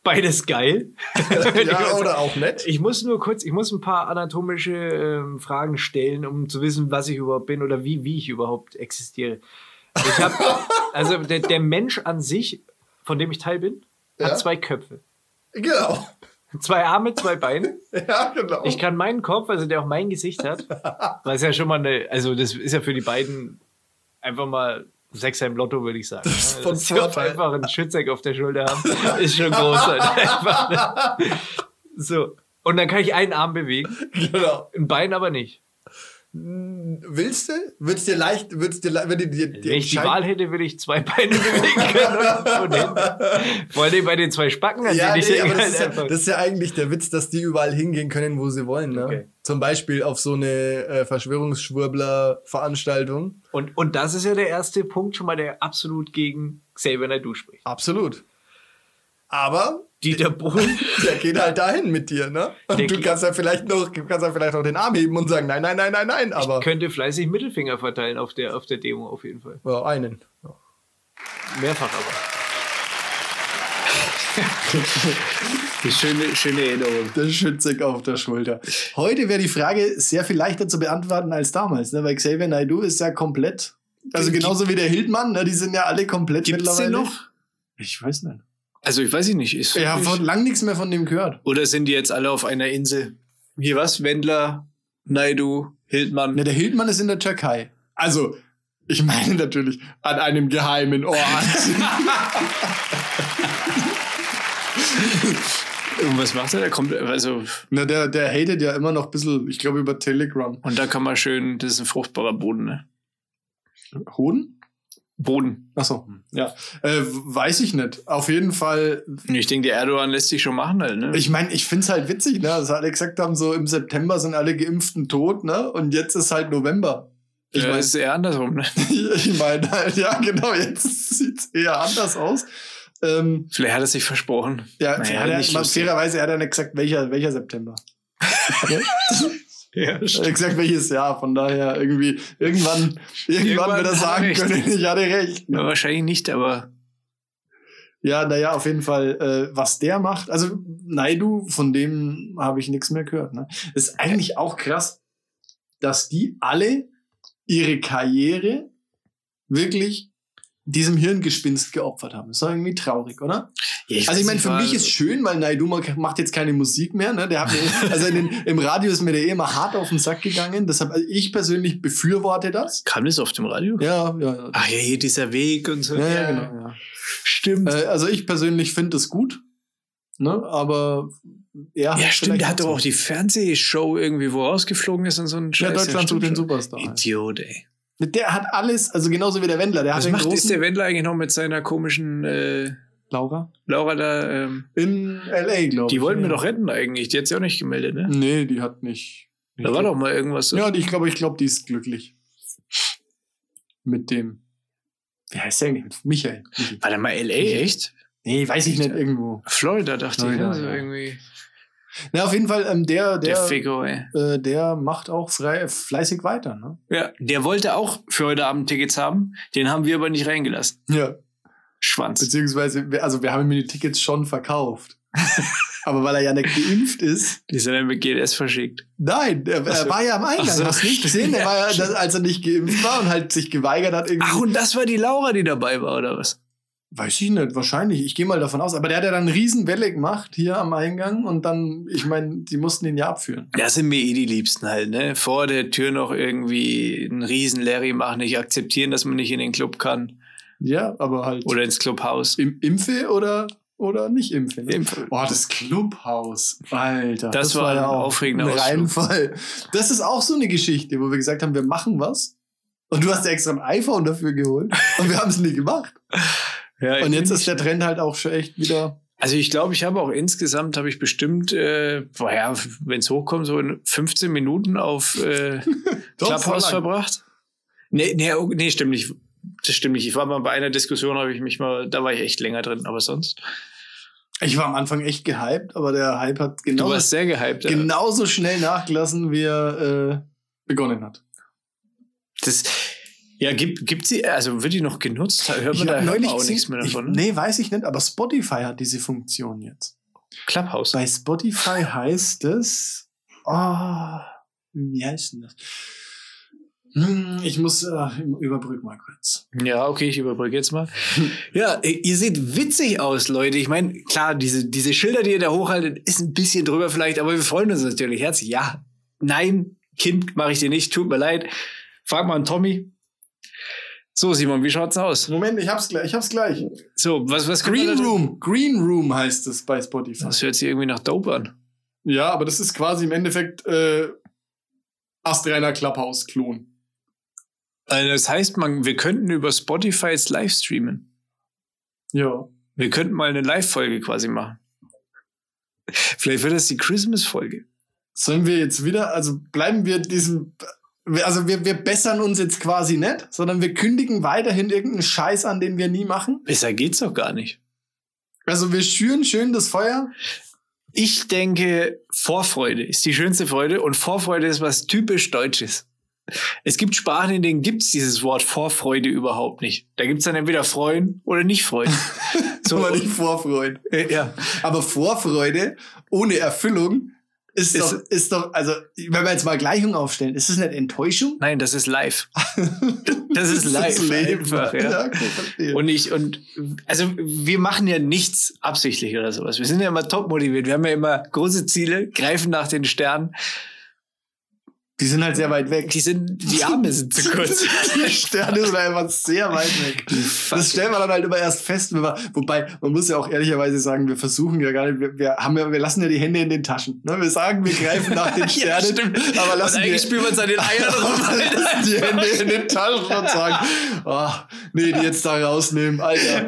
A: beides geil.
D: *laughs* Ja, oder auch nicht.
A: Ich muss nur kurz, ich muss ein paar anatomische ähm, Fragen stellen, um zu wissen, was ich überhaupt bin oder wie, wie ich überhaupt existiere.
D: *laughs*
A: Ich hab, also der, der Mensch an sich, von dem ich Teil bin, hat
D: Ja.
A: zwei Köpfe.
D: Genau.
A: Zwei Arme, zwei Beine.
D: Ja, genau.
A: Ich kann meinen Kopf, also der auch mein Gesicht
D: *laughs*
A: hat, was ja schon mal eine, also das ist ja für die beiden einfach mal Sechser im Lotto, würde ich sagen. ne? Das
D: ist von Vorteil.
A: einfach einen Schützeck auf der
D: *laughs*
A: Schulter haben, ist schon groß. halt einfach. ne? so. Und dann kann ich einen Arm bewegen,
D: genau.
A: ein Bein aber nicht.
D: Willst du? Wird's dir leicht, wird's dir, le- wenn die, die, die
A: Wenn ich die
D: Entscheidung-
A: Wahl hätte, würde ich zwei Beine bewegen können. Und von hinten. Vor allem bei den zwei Spacken, an
D: Ja,
A: denen
D: nee,
A: ich denke,
D: aber das,
A: halt
D: ist ja,
A: einfach-
D: das ist ja eigentlich der Witz, dass die überall hingehen können, wo sie wollen. Ne?
A: Okay.
D: Zum Beispiel auf so eine äh, Verschwörungsschwurbler-Veranstaltung.
A: und, und das ist ja der erste Punkt schon mal, der absolut gegen Xavier Naidoo spricht.
D: Absolut. Aber
A: Dieter Bohlen
D: der geht halt dahin mit dir, ne? Und
A: Der
D: du
A: geht-
D: kannst ja vielleicht noch, du kannst ja vielleicht noch den Arm heben und sagen, nein, nein, nein, nein, nein. Aber
A: könnte fleißig Mittelfinger verteilen auf der, auf der Demo auf jeden Fall.
D: ja, einen.
A: Mehrfach aber. schöne, schöne Erinnerung.
B: Der Schützig auf der Schulter. Heute wäre die Frage sehr viel leichter zu beantworten als damals, ne? weil Xavier Naidoo ist ja komplett, also
A: Gibt-
B: genauso wie der Hildmann, ne? die sind ja alle komplett
A: Gibt's den
B: mittlerweile.
A: noch?
B: Ich weiß nicht.
A: Also ich weiß ich nicht. Ist
B: Ja, von lang nichts mehr von dem gehört.
A: Oder sind die jetzt alle auf einer Insel? Hier was? Wendler, Naidu, Hildmann.
B: Ne, der Hildmann ist in der Türkei. Also, ich *laughs* meine natürlich an einem geheimen Ort.
A: *laughs* Und was macht er? Der kommt, also,
B: Na, Ne, der, der hatet ja immer noch ein bisschen, ich glaube, über Telegram.
A: und da kann man schön, das ist ein fruchtbarer Boden, ne?
B: Hoden?
A: Boden.
B: Achso,
A: Hm.
B: ja. Äh, weiß ich nicht. Auf jeden Fall
A: Ich denke, der Erdogan lässt sich schon machen halt, ne?
B: Ich meine, ich finde es halt witzig, ne? dass alle gesagt haben, so im September sind alle Geimpften tot, ne? Und jetzt ist halt November. Ich
A: äh,
B: mein-
A: ist eher andersrum, ne?
B: *laughs* ich meine halt, ja, genau, jetzt sieht es eher anders aus. Ähm,
A: Vielleicht hat er sich versprochen.
B: ja,
A: Naja,
B: hat er,
A: nicht
B: mal,
A: lustig.
B: fairerweise hat er nicht gesagt, welcher, welcher September. Ja?
A: Ja,
B: *laughs* Er hat gesagt, welches Jahr. Von daher irgendwie, irgendwann, irgendwann,
A: Irgendwann hat
B: wird er
A: er
B: sagen
A: recht.
B: können, *laughs* ich hatte recht. Ne?
A: Na, wahrscheinlich nicht, aber
B: Ja, naja, auf jeden Fall, äh, was der macht. Also Naidu, von dem habe ich nichts mehr gehört. Ne? Ist eigentlich auch krass, dass die alle ihre Karriere wirklich diesem Hirngespinst geopfert haben. Ist doch irgendwie traurig, oder? also ich meine, für mich ist schön, weil Naidu ma- macht jetzt keine Musik mehr. Ne? Der
A: *laughs*
B: hat mir, also in den, im Radio ist mir der eh immer hart auf den Sack gegangen. Deshalb, also ich persönlich befürworte das.
A: Kam das auf dem Radio?
B: Ja, ja, ja.
A: Ach ja, hier dieser Weg und so.
B: Ja, ja, genau. Ja.
A: Stimmt.
B: Äh, also ich persönlich finde es gut, ne? aber er
A: ja,
B: hat
A: stimmt. Der
B: vielleicht
A: hat doch auch die Fernsehshow irgendwie, wo er rausgeflogen ist und so ein
B: ja,
A: Scheiß.
B: Deutschland sucht
A: stimmt
B: den
A: schon.
B: Superstar.
A: Idiot, ey.
B: Mit der hat alles, also genauso wie der Wendler, der
A: Was
B: hat den
A: macht ist
B: großen
A: der Wendler eigentlich noch mit seiner komischen äh,
B: Laura
A: Laura da? Ähm,
B: in LA, glaube ich.
A: die wollten
B: ja.
A: wir doch retten eigentlich. Die hat sich auch nicht gemeldet, ne?
B: Nee, die hat nicht.
A: Da war doch mal irgendwas so.
B: Ja, die- ich glaube, ich glaube, die ist glücklich. Mit dem. Wer heißt der eigentlich? Michael. Michi.
A: War da mal LA, echt?
B: Nee, weiß ich nicht irgendwo.
A: Florida, dachte
B: Florida,
A: ich. Also
B: ja.
A: irgendwie.
B: Na, auf jeden Fall, ähm, der,
A: Der,
B: der,
A: Figo, ey.
B: äh, der macht auch frei, fleißig weiter, ne?
A: Ja, der wollte auch für heute Abend Tickets haben. Den haben wir aber nicht reingelassen.
B: Ja.
A: Schwanz.
B: Beziehungsweise, wir- also wir haben ihm die Tickets
A: *laughs*
B: schon verkauft. Aber weil er ja nicht geimpft ist,
A: Die sind dann mit GLS verschickt.
B: nein, er,
A: Ach
B: er
A: so.
B: war ja am Eingang,
A: Ach so.
B: hast du nicht gesehen, er
A: Ja,
B: war ja,
A: stimmt.
B: als er nicht geimpft war und halt sich geweigert hat, irgendwie.
A: Ach, und das war die Laura, die dabei war, oder was?
B: Weiß ich nicht, wahrscheinlich, ich gehe mal davon aus. Aber der hat ja dann eine Riesenwelle gemacht hier am Eingang und dann, ich meine, die mussten ihn ja abführen.
A: Das sind mir eh die Liebsten halt, ne? Vor der Tür noch irgendwie einen riesen Larry machen, nicht akzeptieren, dass man nicht in den Club kann
B: Ja, aber halt.
A: oder ins Clubhaus.
B: im Impfe oder, oder nicht impfe. Ne?
A: Impf-
B: Boah, das Clubhaus. Alter.
A: Das war ein aufregender
B: ein
A: Ausflug.
B: Reinfall. Das ist auch so eine Geschichte, wo wir gesagt haben, wir machen was. Und du hast dir extra ein iPhone dafür geholt. Und wir haben es nie gemacht.
A: *laughs* Ja, ich
B: Und jetzt
A: bin-
B: ist der Trend halt auch schon echt wieder.
A: also ich glaube, ich habe auch insgesamt, habe ich bestimmt, äh, ja, wenn es hochkommt, so in 15 Minuten auf äh,
B: *laughs* Doch,
A: Clubhouse
B: so lang.
A: verbracht. Nee, nee, oh, nee, stimmt nicht. Das stimmt nicht. Ich war mal bei einer Diskussion, habe ich mich mal, da war ich echt länger drin, aber sonst.
B: Ich war am Anfang echt gehypt, aber der Hype hat
A: Du
B: genauso,
A: warst sehr gehypt. äh, ja.
B: genauso schnell nachgelassen, wie er äh, begonnen hat.
A: Das, ja, gibt, gibt sie, also wird die noch genutzt? Hört man
B: hab
A: da hört man auch
B: gesehen-
A: nichts mehr
B: ich,
A: davon? ne?
B: Nee, weiß ich nicht, aber Spotify hat diese Funktion jetzt.
A: Clubhouse.
B: Bei Spotify heißt es. Oh, wie heißt denn das? Hm, Ich muss äh, überbrück mal kurz.
A: Ja, okay, ich überbrücke jetzt mal. *laughs* Ja, i- ihr seht witzig aus, Leute. Ich meine, klar, diese, diese Schilder, die ihr da hochhaltet, ist ein bisschen drüber vielleicht, aber wir freuen uns natürlich herzlich. Ja, nein, Kind mache ich dir nicht, tut mir leid. Frag mal an Tommy. So, Simon, wie schaut's aus?
B: Moment, ich hab's gleich. Ich hab's gleich.
A: So, was, was können wir
B: Green
A: da-
B: Room. Green Room heißt es bei Spotify.
A: Das hört sich irgendwie nach Dope an.
B: Ja, aber das ist quasi im Endeffekt äh, Astreiner Clubhouse-Klon.
A: Also das heißt, man, wir könnten über Spotify jetzt live streamen.
B: Ja.
A: Wir könnten mal eine Live-Folge quasi machen. Vielleicht wird das die Christmas-Folge.
B: Sollen wir jetzt wieder, also bleiben wir diesem. Also wir, wir bessern uns jetzt quasi nicht, sondern wir kündigen weiterhin irgendeinen Scheiß an, den wir nie machen.
A: Besser geht's doch gar nicht.
B: Also wir schüren schön das Feuer.
A: Ich denke, Vorfreude ist die schönste Freude und Vorfreude ist was typisch Deutsches. Es gibt Sprachen, in denen gibt's dieses Wort Vorfreude überhaupt nicht. Da gibt's dann entweder Freuen oder nicht Freuen.
B: So, aber
A: und-
B: nicht vorfreuen.
A: äh, ja.
B: Aber Vorfreude ohne Erfüllung ist,
A: Ist-
B: doch, ist doch, also, wenn wir jetzt mal Gleichung aufstellen, ist das nicht Enttäuschung?
A: Nein, das ist *laughs* live. Das ist live einfach, ja.
B: okay, verstehe.
A: Und ich, und also wir machen ja nichts absichtlich oder sowas. Wir sind ja immer top motiviert. Wir haben ja immer große Ziele, greifen nach den Sternen.
B: Die sind halt sehr weit weg.
A: Die, sind, die Arme sind *laughs* zu kurz.
B: Die Sterne sind einfach sehr weit weg. Das stellen wir dann halt immer erst fest. Wenn wir, wobei, man muss ja auch ehrlicherweise sagen, wir versuchen ja gar nicht, wir, wir, haben ja, wir lassen ja die Hände in den Taschen. Ne? Wir sagen, wir greifen nach
A: *laughs*
B: den
A: Ja,
B: Sternen,
A: stimmt.
B: aber
A: Und
B: lassen
A: eigentlich
B: die,
A: spielen wir uns an den Eiern rum.
B: aber lassen *laughs* die Hände in den Taschen
A: *laughs*
B: und sagen, oh, nee, die jetzt da rausnehmen, Alter.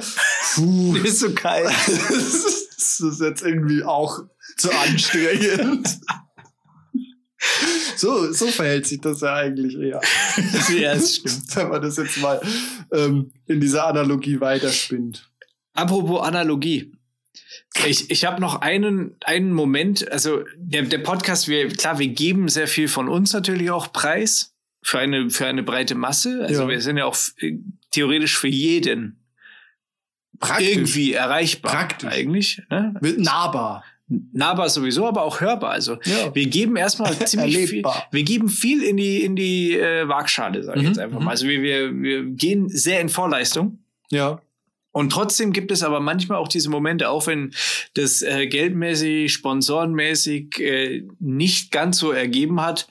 B: Puh.
A: Ist so kalt.
B: *laughs* das ist jetzt irgendwie auch zu anstrengend. So, so verhält sich das ja eigentlich eher.
A: *laughs* ja, das stimmt.
B: wenn man das jetzt mal ähm, in dieser Analogie weiterspinnt.
A: Apropos Analogie. Ich, ich habe noch einen, einen Moment, also der, der Podcast, wir, klar, wir geben sehr viel von uns natürlich auch preis für eine, für eine breite Masse. Also
B: Ja.
A: wir sind ja auch äh, theoretisch für jeden irgendwie erreichbar.
B: Praktisch.
A: Eigentlich. Ne?
B: Wird nahbar.
A: Nahbar sowieso, aber auch hörbar. Also
B: Ja.
A: wir geben erstmal
B: *laughs*
A: ziemlich viel.
B: Erlebbar.
A: Wir geben viel in die, in die äh, Waagschale, sage ich
B: Mhm,
A: jetzt einfach
B: mhm.
A: mal. Also wir, wir, wir gehen sehr in Vorleistung.
B: Ja.
A: Und trotzdem gibt es aber manchmal auch diese Momente, auch wenn das äh, geldmäßig, sponsorenmäßig äh, nicht ganz so ergeben hat,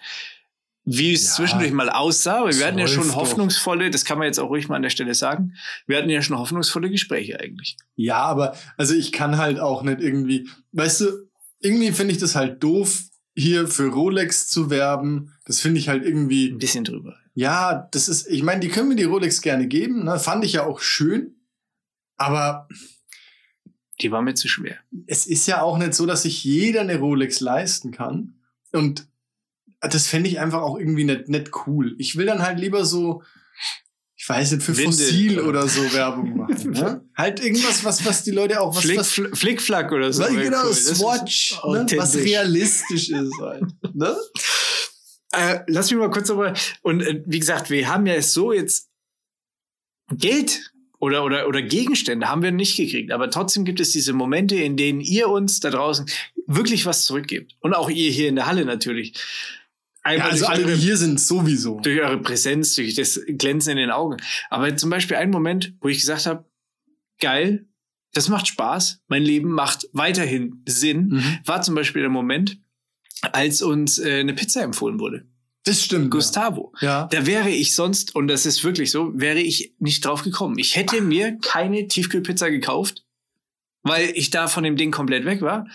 A: wie es
B: Ja.
A: zwischendurch mal aussah. Aber wir
B: Es
A: hatten ja schon
B: läuft doch.
A: hoffnungsvolle, das kann man jetzt auch ruhig mal an der Stelle sagen, wir hatten ja schon hoffnungsvolle Gespräche eigentlich.
B: Ja, aber also ich kann halt auch nicht irgendwie, weißt du, irgendwie finde ich das halt doof, hier für Rolex zu werben. Das finde ich halt irgendwie.
A: Ein bisschen drüber.
B: Ja, das ist, ich meine, die können mir die Rolex gerne geben, ne? fand ich ja auch schön. Aber
A: Die war mir zu schwer.
B: es ist ja auch nicht so, dass sich jeder eine Rolex leisten kann. Und das fände ich einfach auch irgendwie nicht, nicht cool. Ich will dann halt lieber so, ich weiß nicht, für
A: Windel.
B: Fossil oder so Werbung machen. Ne?
A: *laughs*
B: Halt irgendwas, was, was die Leute auch, was,
A: Flick,
B: was,
A: Fl- Flickflack oder so.
B: was
A: wär
B: genau,
A: cool. Das ist
B: Swatch, ne? was
A: authentisch.
B: realistisch ist halt. Ne?
A: Äh, lass mich mal kurz darüber. Und äh, wie gesagt, wir haben ja es so jetzt Geld oder, oder, oder Gegenstände haben wir nicht gekriegt. Aber trotzdem gibt es diese Momente, in denen ihr uns da draußen wirklich was zurückgibt. Und auch ihr hier in der Halle natürlich.
B: Ja,
A: Einfach
B: also
A: durch
B: alle, die
A: eure-
B: hier sind, sowieso.
A: durch eure Präsenz, durch das Glänzen in den Augen. Aber zum Beispiel ein Moment, wo ich gesagt habe, geil, das macht Spaß, mein Leben macht weiterhin Sinn,
B: Mhm.
A: war zum Beispiel der Moment, als uns äh, eine Pizza empfohlen wurde.
B: Das stimmt.
A: Gustavo.
B: Ja.
A: Da wäre ich sonst, und das ist wirklich so, wäre ich nicht drauf gekommen. Ich hätte mir keine Tiefkühlpizza gekauft, weil ich da von dem Ding komplett weg war.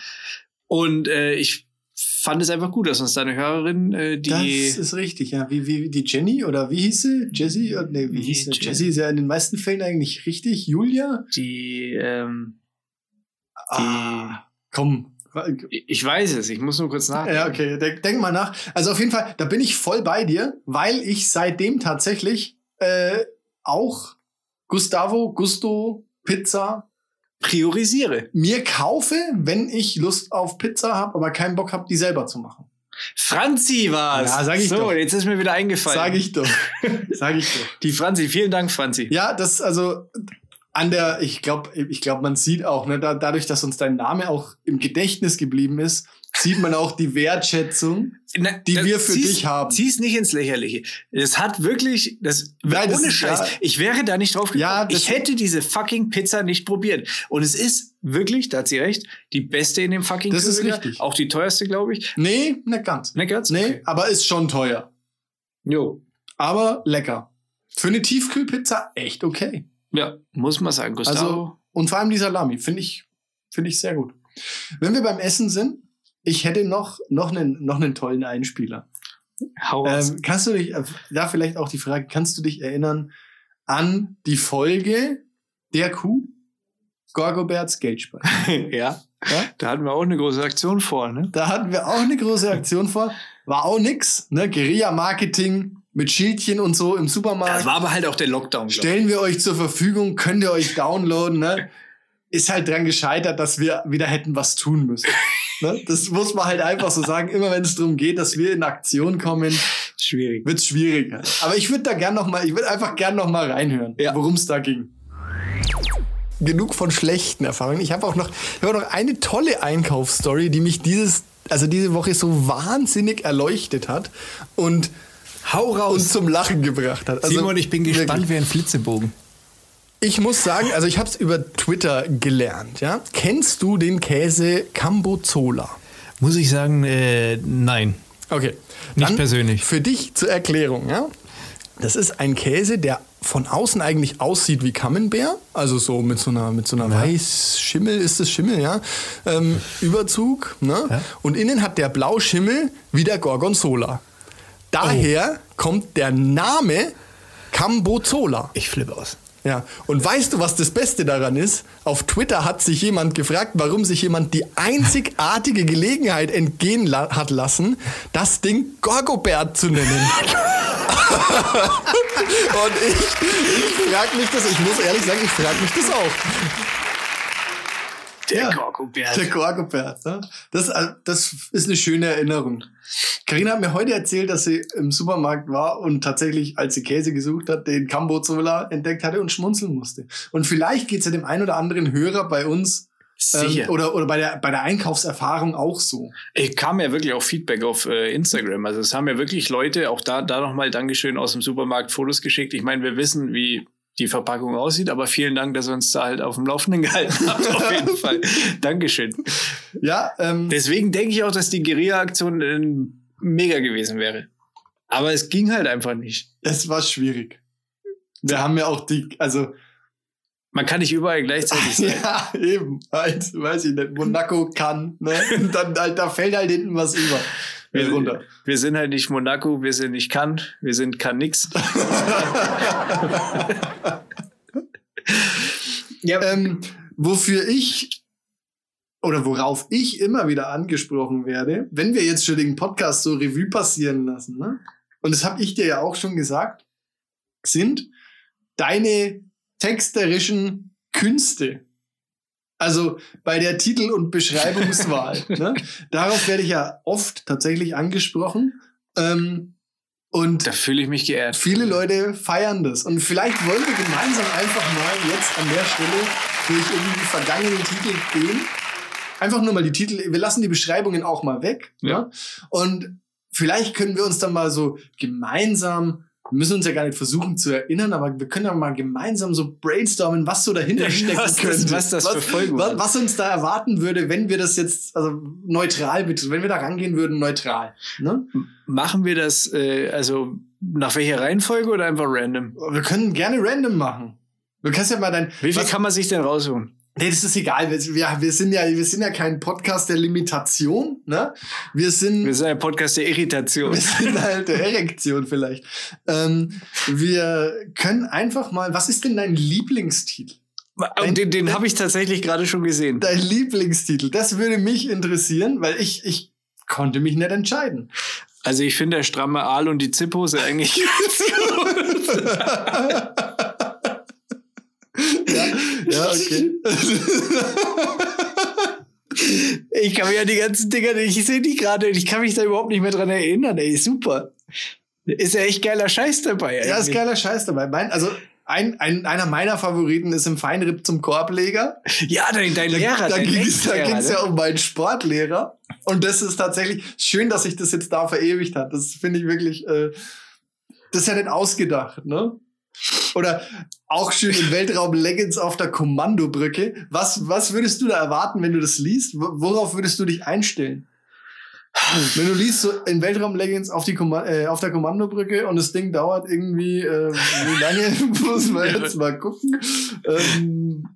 A: Und äh, ich fand es einfach gut, dass uns da eine Hörerin, äh,
B: Das
A: die
B: ist richtig, ja. Wie, wie die Jenny oder wie hieß sie? Jessie? Oder Nee, wie
A: Nee,
B: hieß sie?
A: Jessie.
B: Jessie ist ja in den meisten Fällen eigentlich richtig. Julia?
A: die ähm,
B: Ah, komm.
A: ich weiß es, ich muss nur kurz nachdenken.
B: Ja, okay, denk, denk mal nach. Also auf jeden Fall, da bin ich voll bei dir, weil ich seitdem tatsächlich äh, auch Gustavo, Gusto, Pizza
A: Priorisiere.
B: mir kaufe, wenn ich Lust auf Pizza habe, aber keinen Bock habe, die selber zu machen.
A: Franzi war's.
B: Ja, sag ich
A: Also so,
B: doch.
A: jetzt ist mir wieder eingefallen.
B: Sag ich doch. *laughs* Sag ich doch.
A: Die Franzi, vielen Dank, Franzi.
B: Ja, das also an der, ich glaube, ich glaube, man sieht auch, ne, da, dadurch, dass uns dein Name auch im Gedächtnis geblieben ist, sieht man auch die Wertschätzung.
A: Na,
B: die
A: das-
B: wir für
A: zieh's-
B: dich haben.
A: Zieh's nicht ins Lächerliche. Das hat wirklich, das,
B: Nein, das
A: ohne
B: ist-
A: Scheiß.
B: ja.
A: Ich wäre da nicht drauf gekommen.
B: Ja, das-
A: ich hätte diese fucking Pizza nicht probiert. Und es ist wirklich, da hat sie recht, die beste in dem fucking
B: Das ist
A: Kübel da.
B: richtig.
A: Auch die teuerste, glaube ich.
B: Nee, nicht ganz.
A: Ne, Gerz?
B: Nee,
A: Okay.
B: aber ist schon teuer.
A: Jo.
B: Aber lecker. Für eine Tiefkühlpizza echt okay.
A: Ja, muss man sagen.
E: Also,
A: Gustavo.
B: Also, Und vor allem die Salami, finde ich, finde ich sehr gut. Wenn wir beim Essen sind, ich hätte noch, noch einen, noch einen tollen Einspieler.
A: hau raus.
B: Ähm, kannst du dich, äh, da vielleicht auch die Frage, kannst du dich erinnern an die Folge der Kuh? Gorgoberts Geldspiel.
A: ja.
B: Ja?
A: Da hatten wir auch eine große Aktion vor, ne?
B: Da hatten wir auch eine große Aktion vor. War auch nix, ne? Guerilla-Marketing mit Schildchen und so im Supermarkt.
A: Das war aber halt auch der Lockdown. glaub ich.
B: Stellen wir euch zur Verfügung, könnt ihr euch downloaden, ne? Ist halt dran gescheitert, dass wir wieder hätten was tun müssen. Ne? Das muss man halt einfach so sagen. Immer wenn es darum geht, dass wir in Aktion kommen,
A: Schwierig.
B: wird schwieriger. Aber ich würde da gern noch mal, ich würde einfach gern noch mal reinhören,
A: Ja.
B: worum es da ging. Genug von schlechten Erfahrungen. Ich habe auch noch, ich hab auch noch eine tolle Einkaufsstory, die mich dieses, also diese Woche so wahnsinnig erleuchtet hat und
F: Hau raus.
B: uns zum Lachen gebracht hat. Also
F: Simon, ich bin
B: wirklich.
F: gespannt wie ein Flitzebogen.
B: Ich muss sagen, also ich habe es über Twitter gelernt. Ja, kennst du den Käse Cambozola?
F: Muss ich sagen, äh, nein.
B: Okay.
F: Nicht persönlich.
B: Für dich zur Erklärung, ja? Das ist ein Käse, der von außen eigentlich aussieht wie Camembert, also so mit so einer mit so einer Weiß-Schimmel ist es Schimmel, ja, ähm, Überzug, ne? Und innen hat der Blauschimmel wie der Gorgonzola. Daher
F: Oh.
B: kommt der Name Cambozola.
E: Ich flippe aus.
B: Ja, und weißt du, was das Beste daran ist? Auf Twitter hat sich jemand gefragt, warum sich jemand die einzigartige Gelegenheit entgehen la hat lassen, das Ding Gorgobert zu nennen. *laughs* und ich, ich frage mich das, ich muss ehrlich sagen, ich frage mich das auch.
A: Der
B: Ja.
A: Gorgobert.
B: Der Gorgobert, ne? Das, äh, das ist eine schöne Erinnerung. Karina hat mir heute erzählt, dass sie im Supermarkt war und tatsächlich, als sie Käse gesucht hat, den Cambozola entdeckt hatte und schmunzeln musste. Und vielleicht geht es ja dem einen oder anderen Hörer bei uns ähm,
A: Sicher.
B: oder, oder bei, der, bei der Einkaufserfahrung auch so.
A: Ich kam ja wirklich auch Feedback auf äh, Instagram. Also es haben ja wirklich Leute, auch da, da nochmal Dankeschön aus dem Supermarkt Fotos geschickt. Ich meine, wir wissen, wie die Verpackung aussieht, aber vielen Dank, dass ihr uns da halt auf dem Laufenden
B: *laughs*
A: gehalten habt. Auf jeden Fall. Dankeschön.
B: Ja, ähm,
A: Deswegen denke ich auch, dass die Guerilla-Aktion ähm, mega gewesen wäre. Aber es ging halt einfach nicht.
B: es war schwierig. Wir haben ja auch die, also,
A: Man kann nicht überall gleichzeitig sein.
B: *laughs* ja, eben, halt, weiß ich nicht, Monaco kann, ne? Und dann, halt, da fällt halt hinten was über.
A: Wir-
B: runter.
A: Wir sind halt nicht Monaco, wir sind nicht Cannes, wir sind kann nix.
B: Ähm, wofür ich oder worauf ich immer wieder angesprochen werde, wenn wir jetzt schon den Podcast so Revue passieren lassen, ne? und das habe ich dir ja auch schon gesagt, sind deine texterischen Künste. Also bei der Titel- und Beschreibungswahl. ne? Darauf werde ich ja oft tatsächlich angesprochen. Ähm, und
A: Da fühle ich mich geehrt.
B: Viele Leute feiern das. Und vielleicht wollen wir gemeinsam einfach mal jetzt an der Stelle durch irgendwie die vergangenen Titel gehen. Einfach nur mal die Titel, wir lassen die Beschreibungen auch mal weg.
A: Ja.
B: Ne? Und vielleicht können wir uns dann mal so gemeinsam, wir müssen uns ja gar nicht versuchen zu erinnern, aber wir können ja mal gemeinsam so brainstormen, was so dahinter
A: Ja, *laughs*
B: stecken
A: was das-
B: könnte.
A: was das für Folgen
B: was,
A: hat.
B: was uns da erwarten würde, wenn wir das jetzt, also neutral bitte, wenn wir da rangehen würden, neutral. Ne?
A: Machen wir das, äh, also nach welcher Reihenfolge oder einfach random?
B: Wir können gerne random machen. Du kannst ja mal dein.
A: Wie viel
B: was-
A: kann man sich denn raussuchen?
B: Nee, das ist egal. Wir, wir, wir, sind ja, wir sind ja kein Podcast der Limitation. Ne? Wir sind. *laughs*
A: Wir sind ein Podcast der Irritation.
B: wir sind halt der Erektion vielleicht. Ähm, wir können einfach mal. Was ist denn dein Lieblingstitel?
A: Oh, den den habe ich tatsächlich gerade schon gesehen.
B: Dein Lieblingstitel. Das würde mich interessieren, weil ich, ich konnte mich nicht entscheiden.
A: Also ich finde der stramme Aal und die Zippo sind eigentlich *laughs* ganz gut. *laughs*
B: Ja, okay.
A: Ich kann mir ja die ganzen Dinger, ich sehe die gerade und ich kann mich da überhaupt nicht mehr dran erinnern. Ey, super. Ist ja echt geiler Scheiß dabei.
B: Ja, ist
A: eigentlich.
B: geiler Scheiß dabei. Mein, also ein, ein, einer meiner Favoriten ist im Feinripp zum Korbleger.
A: Ja, dein, dein Lehrer,
B: da
A: dein
B: ging es
A: Ex-Lehrer, ne?
B: ja um meinen Sportlehrer. Und das ist tatsächlich schön, dass sich das jetzt da verewigt hat. Das finde ich wirklich, äh, das ist ja nicht ausgedacht, ne? Oder auch schön im Weltraum Leggings auf der Kommandobrücke. Was, was würdest du da erwarten, wenn du das liest? Wo- Worauf würdest du dich einstellen? Wenn du liest, so in Weltraum Leggings auf, die Komma- äh, auf der Kommandobrücke und das Ding dauert irgendwie, äh, wie lange? *laughs* Muss man jetzt mal gucken. Ähm,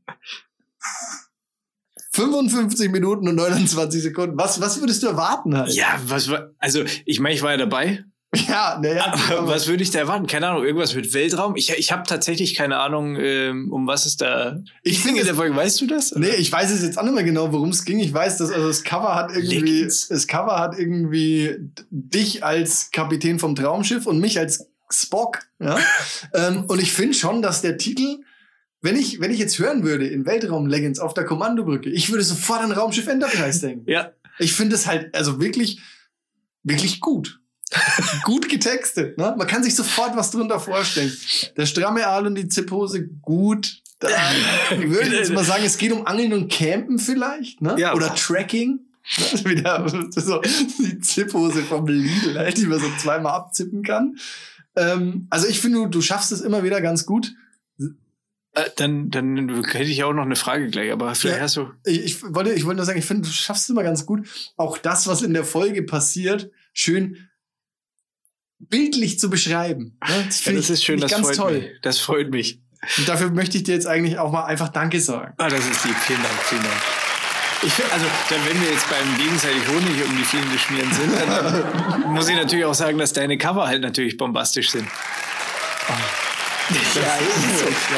B: 55 Minuten und 29 Sekunden. Was, was würdest du erwarten halt?
A: Ja, was war, also ich meine, ich war ja dabei.
B: Ja, naja.
A: Aber was würde ich da erwarten? Keine Ahnung, irgendwas mit Weltraum? Ich, ich habe tatsächlich keine Ahnung, ähm, um was es da.
B: Ich
A: In
B: finde
A: der Folge, weißt du das?
B: Nee, ich weiß es jetzt auch nicht mehr genau, worum es ging. Ich weiß, dass also das Cover hat irgendwie
A: Leggings.
B: das Cover hat irgendwie d- dich als Kapitän vom Traumschiff und mich als Spock. Ja? ähm, und ich finde schon, dass der Titel, wenn ich wenn ich jetzt hören würde in Weltraum Legends auf der Kommandobrücke, ich würde sofort an Raumschiff Enterprise denken.
A: Ja.
B: Ich finde es halt also wirklich wirklich gut. gut getextet. Ne? Man kann sich sofort was drunter vorstellen. Der stramme Aal und die Zipphose gut. Da würde ich jetzt mal sagen, es geht um Angeln und Campen vielleicht, ne?
A: Ja.
B: Oder Tracking. *laughs* Wieder so die Zipphose vom Lidl, halt, die man so zweimal abzippen kann. Ähm, also ich finde, du, du schaffst es immer wieder ganz gut.
A: Äh, dann, dann hätte ich auch noch eine Frage gleich, aber vielleicht
B: Ja.
A: hast du.
B: Ich, ich, wollte, ich wollte nur sagen, ich finde, du schaffst es immer ganz gut. Auch das, was in der Folge passiert, schön bildlich zu beschreiben. Ne? Das,
A: Ja,
B: finde
A: das
B: ich-
A: ist schön,
B: finde ich
A: das freut
B: ganz toll.
A: mich. Das freut mich.
B: Und dafür möchte ich dir jetzt eigentlich auch mal einfach Danke sagen.
A: Ah, das ist lieb. Vielen Dank, vielen Dank. Ich, find- also, dann, wenn wir jetzt beim gegenseitig Honig um die Fliegen schmieren sind, dann muss ich natürlich auch sagen, dass deine Cover halt natürlich bombastisch sind. Ja, ist so.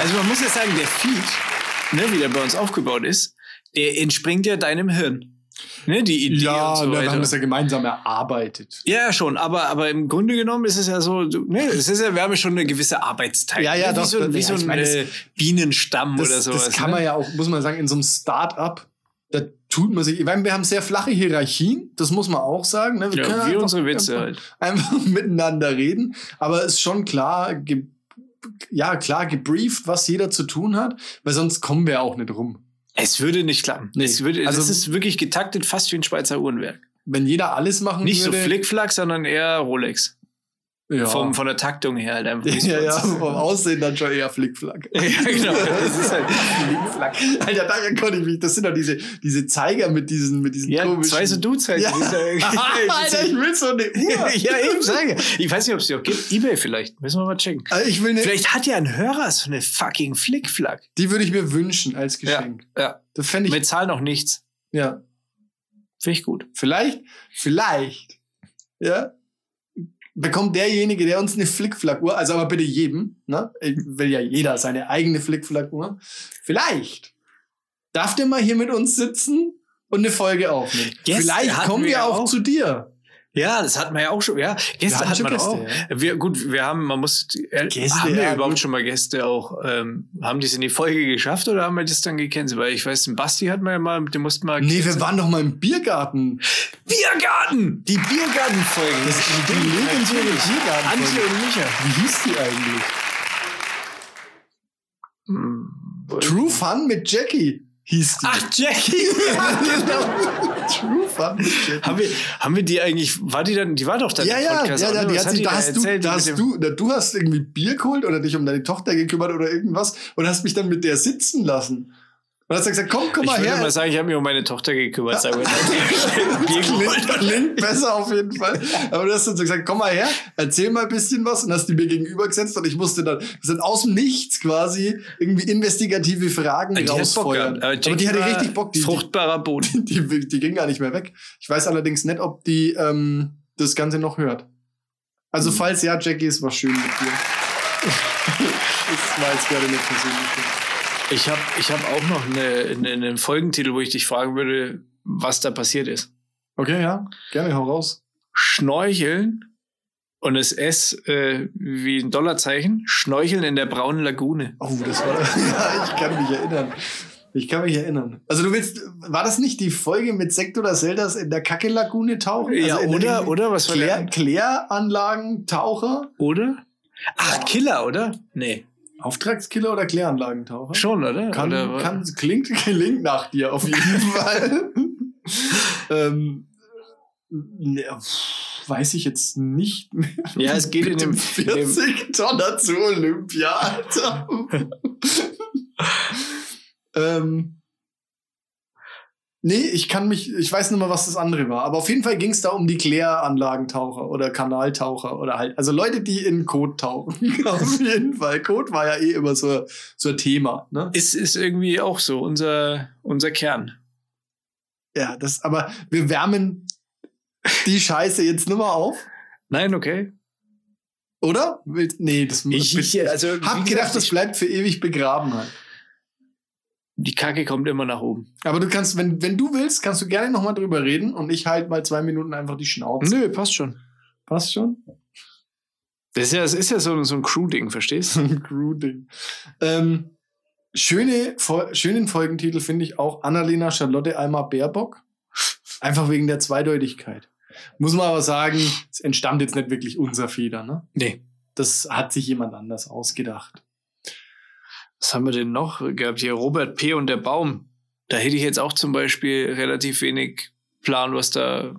A: Also man muss ja sagen, der Feed, ne, wie der bei uns aufgebaut ist, der entspringt ja deinem
B: *laughs*
A: Hirn. Ne, die Idee und so
B: wir
A: weiter.
B: haben das ja gemeinsam erarbeitet.
A: Ja, schon, aber, aber im Grunde genommen ist es ja so, du- ne, es ist ja, wir haben ja schon eine gewisse Arbeitsteilung. ne?
B: Ja, ja,
A: wie
B: doch,
A: so, ein- wie
B: ja,
A: so
B: ich
A: ein
B: meine, das-
A: äh, Bienenstamm
B: Das,
A: oder sowas.
B: das kann
A: ne?
B: man ja auch, muss man sagen, in so einem Start-up, da tut man sich, ich meine, wir haben sehr flache Hierarchien, das muss man auch sagen. Ne? können
A: ja, wie
B: einfach-
A: unsere Witze halt.
B: einfach *laughs* miteinander reden. Aber es ist schon klar, ge ja, klar gebrieft, was jeder zu tun hat, weil sonst kommen wir auch nicht rum.
A: Es würde nicht klappen.
B: Nee.
A: Es würde,
B: Also-
A: das ist wirklich getaktet fast wie ein Schweizer Uhrenwerk.
B: Wenn jeder alles machen
A: Nicht so
B: würde.
A: Flickflack, sondern eher Rolex.
B: ja.
A: Vom, von der Taktung her halt einfach. wie es
B: *laughs* ja,
A: bei
B: ja,
A: uns
B: vom Aussehen dann schon eher Flickflack.
A: ist. *laughs* ja, genau. Das ist halt,
B: Alter, daran konnte ich mich. Das sind doch diese, diese Zeiger mit diesen, mit diesen
A: ja,
B: komischen.
A: zwei *laughs*
B: *laughs*
A: so Dudes halt.
B: Ja. Alter, ich will so
A: *laughs*
B: eine Uhr.
A: ja, eben sage. Ich weiß nicht, ob es die auch gibt. Ebay vielleicht. Müssen wir mal checken.
B: Also ich will eine,
A: Vielleicht hat ja ein Hörer so eine fucking Flickflack.
B: die würde ich mir wünschen als Geschenk.
A: Ja.
B: Das fände ich,
A: Wir zahlen noch nichts.
B: ja.
A: Finde ich gut.
B: Vielleicht, vielleicht, ja, bekommt derjenige, der uns eine Flickflack-Uhr, also aber bitte jedem, ne? will ja jeder seine eigene Flickflack-Uhr, vielleicht darf der mal hier mit uns sitzen und eine Folge aufnehmen.
A: Gäste
B: vielleicht
A: hatten
B: kommen wir,
A: wir
B: auch,
A: auch.
B: zu dir.
A: Ja, das hatten wir ja auch schon. Ja, Gäste
B: hatten
A: hatten
B: schon
A: wir
B: Gäste,
A: auch. Wir, gut, wir haben, man muss, äh,
B: Gäste,
A: haben wir
B: ja,
A: überhaupt
B: gut.
A: schon mal Gäste auch, ähm, haben die es in die Folge geschafft oder haben wir das dann gecancelt? Weil ich weiß, den Basti hat man ja mal, den mussten mal.
B: Nee, wir waren doch mal im Biergarten.
A: Biergarten! Die Biergartenfolge.
B: Das ist die legendäre
A: Antje
B: Biergarten.
A: und Micha.
B: Wie hieß die eigentlich?
A: Hm.
B: True Fun mit Jackie hieß die.
A: Ach, Jackie!
B: Ja, genau. *laughs* True Fun mit Jackie.
A: haben, wir, haben wir die eigentlich, war die dann, die war doch dann
B: Ja,
A: im
B: ja,
A: Podcast.
B: ja,
A: oder?
B: ja, die
A: ne? Was
B: hat sich, da
A: denn
B: hast du,
A: erzählt
B: da
A: mit
B: hast
A: dem-
B: du, da, du hast irgendwie Bier geholt oder dich um deine Tochter gekümmert oder irgendwas und hast mich dann mit der sitzen lassen. Und hast dann gesagt, komm, komm
A: Ich
B: mal
A: würde
B: *laughs* her.
A: mal sagen, ich habe mich um meine Tochter gekümmert. Sagen wir
B: Das klingt,
A: mal.
B: klingt besser auf jeden Fall. Aber du hast dann so gesagt, komm mal her, erzähl mal ein bisschen was und hast die mir gegenübergesetzt und ich musste dann, wir sind aus dem Nichts quasi irgendwie investigative Fragen
A: Die hat Bock
B: rausfeuern.
A: gehabt, aber
B: Aber,
A: Jackie
B: die hatte
A: war
B: richtig Bock. *laughs* Die, die,
A: Fruchtbarer Boden.
B: *laughs* die, die ging gar nicht mehr weg. Ich weiß allerdings nicht, ob die ähm, das Ganze noch hört.
A: Mhm.
B: Also, falls ja, Jackie, es war schön mit dir. *laughs* das war jetzt gerade eine persönliche.
A: Ich habe ich hab auch noch eine, eine, einen Folgentitel, wo ich dich fragen würde, was da passiert ist.
B: Okay, ja. Gerne, hau raus.
A: Schnorcheln und das S äh, wie ein Dollarzeichen, Schnorcheln in der braunen Lagune.
B: Oh, das war. *laughs* ja, ich kann mich erinnern. Ich kann mich erinnern. Also, du willst. War das nicht die Folge mit Sektor oder Zeldas in der Kacke-Lagune tauchen?
A: Ja,
B: also in
A: oder,
B: irgendwie
A: oder, was war
B: Klär,
A: der?
B: Kläranlagentaucher?
A: Oder? Ach, Killer, oder? Nee.
B: Auftragskiller oder Kläranlagentaucher?
A: Schon, oder?
B: Kann,
A: oder wa-
B: kann, klingt, *laughs* klingt nach dir
A: *laughs*
B: auf jeden Fall. ähm, ne, pff, weiß ich jetzt nicht mehr.
A: ja, es geht in
B: Mit
A: dem, in dem
B: 40 Tonner zu Olympia,
A: *laughs*
B: Alter. ähm, nee, ich kann mich, ich weiß nicht mal, was das andere war. Aber auf jeden Fall ging es da um die Kläranlagentaucher oder Kanaltaucher oder halt, also Leute, die in Kot tauchen. *laughs* auf jeden Fall. Kot war ja eh immer so, so ein Thema, ne?
A: ist, ist irgendwie auch so unser, unser Kern.
B: Ja, das, aber wir wärmen die Scheiße jetzt nur mal auf,
A: Nein, okay.
B: oder? Willst- Nee, das
A: also, wie
B: Hab
A: gesagt,
B: gedacht, das
A: ich-
B: bleibt für ewig begraben halt.
A: die Kacke kommt immer nach oben.
B: Aber du kannst, wenn, wenn du willst, kannst du gerne nochmal drüber reden und ich halt mal zwei Minuten einfach die Schnauze.
A: Nö, passt schon.
B: Passt schon.
A: Das ist ja, das ist ja so, so ein Crew-Ding, verstehst du?
B: Grooding. Ähm, schöne, Fol- schönen Folgentitel finde ich auch Annalena Charlotte Alma Baerbock. Einfach wegen der Zweideutigkeit. Muss man aber sagen, es entstammt jetzt nicht wirklich unserer Feder, ne?
A: Nee.
B: Das hat sich jemand anders ausgedacht.
A: Was haben wir denn noch gehabt? Hier Robert P. und der Baum. Da hätte ich jetzt auch zum Beispiel relativ wenig Plan, was da.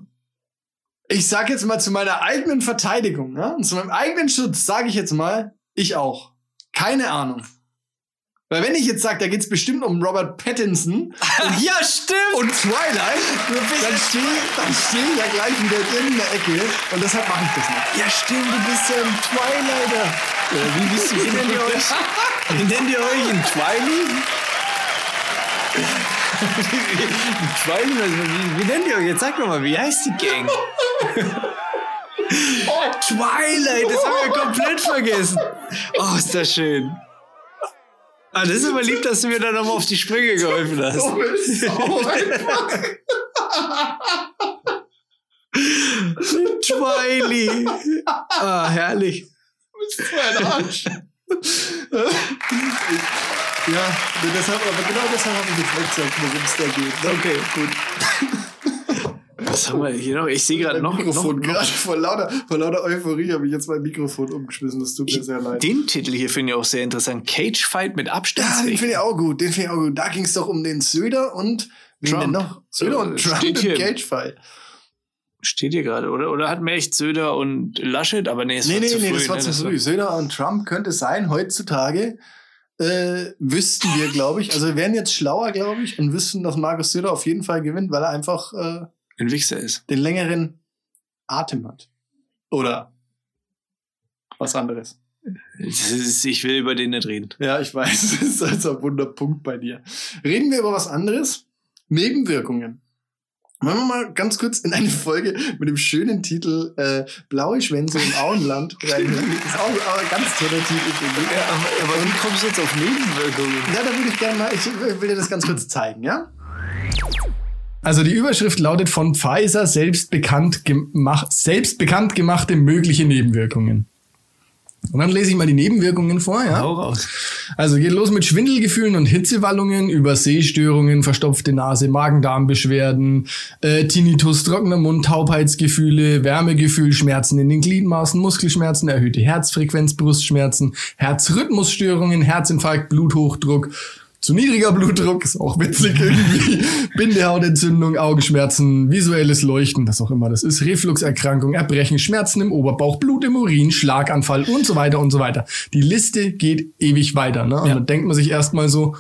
B: Ich sag jetzt mal zu meiner eigenen Verteidigung, ne? Und zu meinem eigenen Schutz sage ich jetzt mal, ich auch. Keine Ahnung. Weil wenn ich jetzt sage, da geht's bestimmt um Robert
A: *laughs*
B: Pattinson und,
A: Ja, stimmt!
B: und Twilight, dann stehe dann steh ich ja gleich wieder in der Ecke und deshalb mache ich das nicht.
A: ja, stimmt, du bist ja ein Twilighter. Oder *laughs* wie bist du? Wie nennt ihr euch? Wie nennt ihr euch? Ein Twiley? Ein Twiley? also Wie, wie nennt ihr euch? Jetzt sag doch mal, wie heißt die *laughs* Gang? Twilight, das haben wir komplett vergessen. Oh, ist das schön. Ah, das ist aber lieb, dass du mir da nochmal auf die Sprünge geholfen hast.
B: Also, *laughs*
A: Twiley. Ah, herrlich.
B: Ja, und deshalb, aber genau deshalb habe ich jetzt nicht gesagt, worum es da geht. ne?
A: Okay, gut. Was haben wir hier noch? Ich sehe gerade
B: Mein
A: noch, noch,
B: Mikrofon
A: noch
B: gerade vor lauter, vor lauter Euphorie habe ich jetzt mein Mikrofon umgeschmissen. Das tut mir sehr leid.
A: den Titel hier finde ich auch sehr interessant. Cage Fight mit
B: Ja, den
A: Abstandsregeln.
B: finde ich auch gut. Den finde ich auch gut. Da ging es doch um den Söder und wen
A: Trump.
B: denn noch? Söder und
A: Äh,
B: Trump
A: steht
B: im
A: hier.
B: Cage-Fight.
A: Steht hier gerade, oder? Oder hat Melch Söder und Laschet? Aber nee, es
B: Nee,
A: war
B: nee,
A: zu
B: nee,
A: früh.
B: das war
A: ne?
B: zu früh. Söder und Trump könnte sein, heutzutage äh, wüssten wir, glaube ich, also wir wären jetzt schlauer, glaube ich, und wüssten, dass Markus Söder auf jeden Fall gewinnt, weil er einfach äh,
A: Ein Wichser ist.
B: den längeren Atem hat. Oder was anderes.
A: Das ist. Ich will über den nicht reden.
B: Ja, ich weiß, *laughs* das ist also ein Wunderpunkt bei dir. Reden wir über was anderes? Nebenwirkungen. Wollen wir mal ganz kurz in eine Folge mit dem schönen Titel äh, Blaue Schwänze im *laughs* Auenland reinhören. Das ist auch auch ein ganz toller Titel. finde ich.
A: aber wie kommst du jetzt auf Nebenwirkungen?
B: Ja, da würde ich gerne mal, ich äh, will dir das ganz kurz zeigen, ja? Also die Überschrift lautet von Pfizer selbst bekannt, gemacht, selbst bekannt gemachte mögliche Nebenwirkungen. Und dann lese ich mal die Nebenwirkungen vor, ja?
A: Hau raus.
B: Also geht los mit Schwindelgefühlen und Hitzewallungen, über Sehstörungen, verstopfte Nase, Magen-Darm-Beschwerden, äh, Tinnitus, trockener Mund, Taubheitsgefühle, Wärmegefühl, Schmerzen in den Gliedmaßen, Muskelschmerzen, erhöhte Herzfrequenz, Brustschmerzen, Herzrhythmusstörungen, Herzinfarkt, Bluthochdruck, zu niedriger Blutdruck, ist auch witzig
D: *laughs*
B: irgendwie, Bindehautentzündung, Augenschmerzen, visuelles Leuchten, was auch immer das ist, Refluxerkrankung, Erbrechen, Schmerzen im Oberbauch, Blut im Urin, Schlaganfall und so weiter und so weiter. Die Liste geht ewig weiter. Ne? Und dann denkt man sich erstmal so,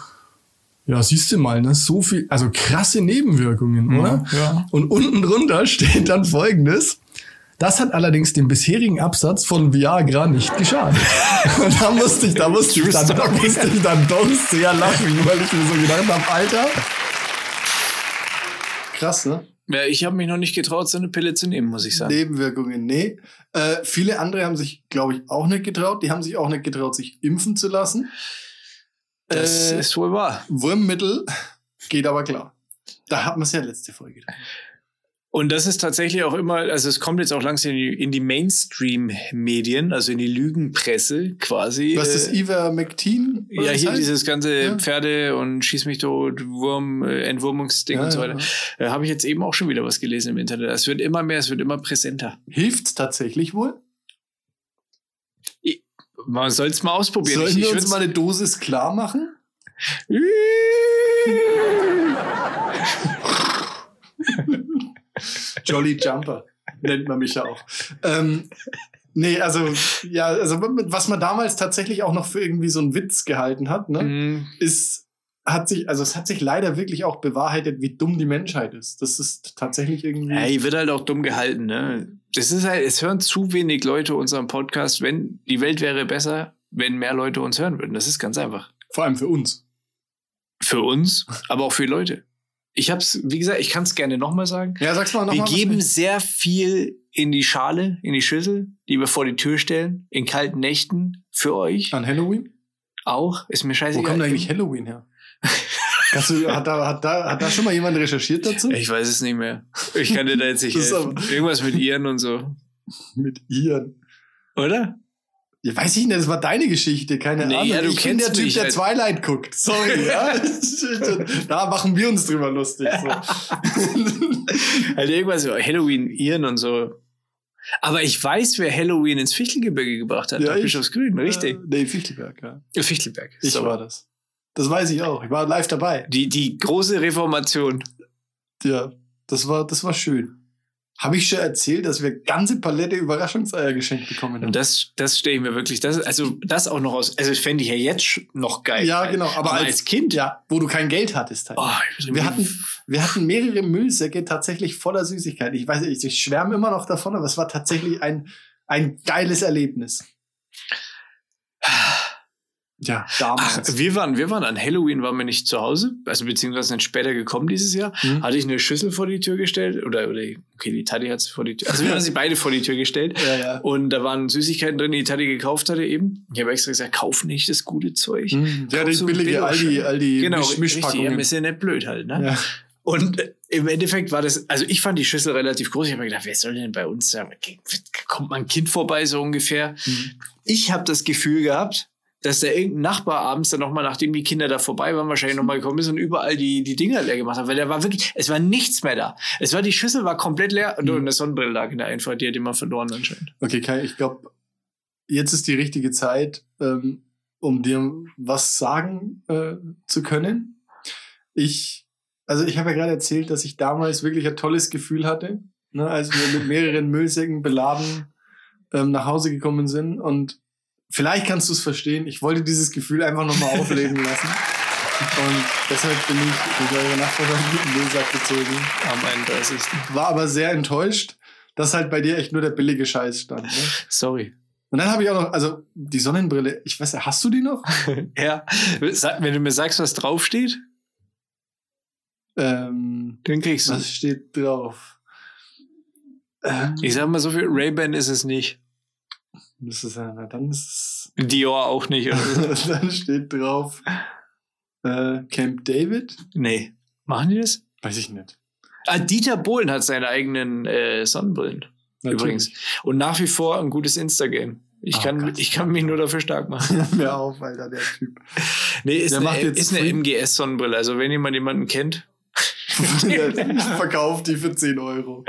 B: ja, siehst du mal, ne? so viel, also krasse Nebenwirkungen, oder?
D: ja.
B: Und unten drunter *laughs* steht dann folgendes. Das hat allerdings dem bisherigen Absatz von Viagra nicht
A: *laughs*
B: geschadet. Und da musste ich, da musste ich dann, da musste ich dann doch sehr lachen, weil ich mir so gedacht habe, Alter. Krass, ne?
A: Ja, ich habe mich noch nicht getraut, so eine Pille zu nehmen, muss ich sagen.
B: Nebenwirkungen, nee. Äh, viele andere haben sich, glaube ich, auch nicht getraut. Die haben sich auch nicht getraut, sich impfen zu lassen.
A: Das
B: Äh,
A: ist wohl wahr.
B: Wurmmittel geht aber klar. Da hat man es ja letzte Folge.
A: Und das ist tatsächlich auch immer, also es kommt jetzt auch langsam in die, in die Mainstream-Medien, also in die Lügenpresse quasi.
B: Was
A: Äh,
B: ist das Ivermectin? oder
A: Ja,
B: was
A: hier
B: heißt?
A: dieses ganze
B: Ja.
A: Pferde und Schieß mich tot, Wurm, äh, Entwurmungsding
B: Ja,
A: und so
B: ja,
A: weiter. Äh, Habe ich jetzt eben auch schon wieder was gelesen im Internet. Es wird immer mehr, es wird immer präsenter.
B: Hilft's tatsächlich wohl?
A: Man soll es mal ausprobieren.
B: Sollen
A: Ich- ich
B: wir uns
A: würd's-
B: mal eine Dosis klar machen?
A: *laughs*
B: Jolly Jumper nennt man mich ja auch. Ähm, nee, also, ja, also was man damals tatsächlich auch noch für irgendwie so einen Witz gehalten hat, ne,
A: Mhm.
B: ist, hat sich, also es hat sich leider wirklich auch bewahrheitet, wie dumm die Menschheit ist. Das ist tatsächlich irgendwie.
A: Ja, die wird halt auch dumm gehalten, ne? Das ist halt, es hören zu wenig Leute unseren Podcast, wenn die Welt wäre besser, wenn mehr Leute uns hören würden. Das ist ganz einfach.
B: Vor allem für uns.
A: Für uns, aber auch für die Leute. Ich hab's, wie gesagt, ich kann es gerne nochmal sagen.
B: Ja, sag's mal
A: wir
B: nochmal.
A: geben sehr viel in die Schale, in die Schüssel, die wir vor die Tür stellen, in kalten Nächten, für euch
B: an Halloween?
A: auch. Ist mir
B: Wo
A: scheißegal.
B: kommt eigentlich Halloween her? Hast du, hat, da, hat, da, hat da schon mal jemand recherchiert dazu?
A: ich weiß es nicht mehr. Ich kann dir da jetzt nicht
B: *laughs* Das ist
A: helfen. Irgendwas mit Iren und so.
B: Mit ihren.
A: Oder?
B: Ja, weiß ich nicht, das war deine Geschichte, keine
A: Nee,
B: Ahnung.
A: ja, du
B: ich bin
A: kennst
B: der Typ,
A: mich
B: der
A: halt.
B: Twilight guckt.
A: *laughs*
B: Sorry, ja. da machen wir uns drüber lustig. So.
A: Halt irgendwas so Halloween, Iren und so. Aber ich weiß, wer Halloween ins Fichtelgebirge gebracht hat.
B: Ja,
A: nach
B: ich.
A: Bischofsgrün, *laughs* richtig. Äh,
B: Äh, nee, Fichtelberg, ja.
A: Fichtelberg.
B: Ich
A: so.
B: war das. Das weiß ich auch. Ich war live dabei.
A: Die, die große Reformation.
B: Ja, das war, das war schön. Habe ich schon erzählt, dass wir ganze Palette Überraschungseier geschenkt bekommen haben?
A: Und das, das stelle ich mir wirklich, das, also das auch noch aus, also das fände ich ja jetzt sch- noch geil.
B: ja, genau. Aber,
A: als, Kind,
B: ja, wo du kein Geld hattest. Halt.
A: Oh, ich bin
B: wir, hatten, wir hatten mehrere Müllsäcke tatsächlich voller Süßigkeiten. Ich weiß nicht, ich schwärme immer noch davon, aber es war tatsächlich ein, ein geiles Erlebnis. Ja,
A: Ach,
B: damals.
A: wir waren, wir waren an Halloween, waren wir nicht zu Hause, also beziehungsweise sind später gekommen dieses Jahr.
B: Mhm.
A: Hatte ich eine Schüssel vor die Tür gestellt oder, oder okay, die Tati hat sie vor die Tür, also wir haben sie beide vor die Tür gestellt.
B: ja, ja.
A: Und da waren Süßigkeiten drin, die Tati gekauft hatte eben. Ich habe extra gesagt, kauf nicht das gute Zeug.
B: Ja,
A: Kauf
B: die
A: so
B: billige
A: billig.
B: Aldi, Aldi
A: Genau,
B: Mhm. Misch
A: richtig,
B: Mischpackungen.
A: ja, ist ja nicht blöd halt, ne?
B: Ja.
A: Und äh, im Endeffekt war das, also ich fand die Schüssel relativ groß. Ich habe mir gedacht, wer soll denn bei uns da? Kommt mal ein Kind vorbei, so ungefähr. Ich habe das Gefühl gehabt, dass da irgendein Nachbar abends dann nochmal, nachdem die Kinder da vorbei waren, wahrscheinlich nochmal gekommen ist und überall die, die Dinger leer gemacht hat. Weil da war wirklich, es war nichts mehr da. Es war, die Schüssel war komplett leer und, eine Sonnenbrille lag in der Einfahrt, die hat immer verloren anscheinend.
B: Okay, Kai, ich glaube, jetzt ist die richtige Zeit, ähm, um dir was sagen äh, zu können. Ich, also ich habe ja gerade erzählt, dass ich damals wirklich ein tolles Gefühl hatte, ne, als wir mit mehreren *laughs* Müllsäcken beladen ähm, nach Hause gekommen sind. Und vielleicht kannst du es verstehen. Ich wollte dieses Gefühl einfach nochmal aufleben lassen. Und deshalb bin ich mit eurer Nachbarin mit dem Müllsack gezogen.
A: Am 31.
B: War aber sehr enttäuscht, dass halt bei dir echt nur der billige Scheiß stand. Ne?
A: Sorry.
B: Und dann habe ich auch noch, also die Sonnenbrille, ich weiß ja, hast du
A: *laughs*
B: die noch?
A: Ja, sag- wenn du mir sagst, was draufsteht,
B: ähm,
A: dann kriegst du
B: was steht drauf? Ähm,
A: Ich sag mal so viel, Ray-Ban ist es nicht.
B: das ist, ja- na, dann, ist
A: Dior auch nicht.
B: *laughs*
A: Oder? so.
B: es- dann steht drauf äh, Camp David?
A: nee. Machen die das?
B: Weiß ich nicht.
A: Ah, Dieter Bohlen hat seine eigenen äh, Sonnenbrillen. Übrigens. Und nach wie vor ein gutes Insta-Game. Ich,
B: Ah,
A: kann,
B: krass.
A: ich kann mich nur dafür stark machen.
B: Natürlich. *laughs* Mir auf, Alter, der Typ.
A: *laughs* Nee, ist
B: Der
A: eine,
B: macht jetzt
A: ist eine
B: Free-
A: MGS-Sonnenbrille. Also, wenn jemand jemanden kennt.
B: der verkauft die für
A: *laughs*
B: 10 Euro.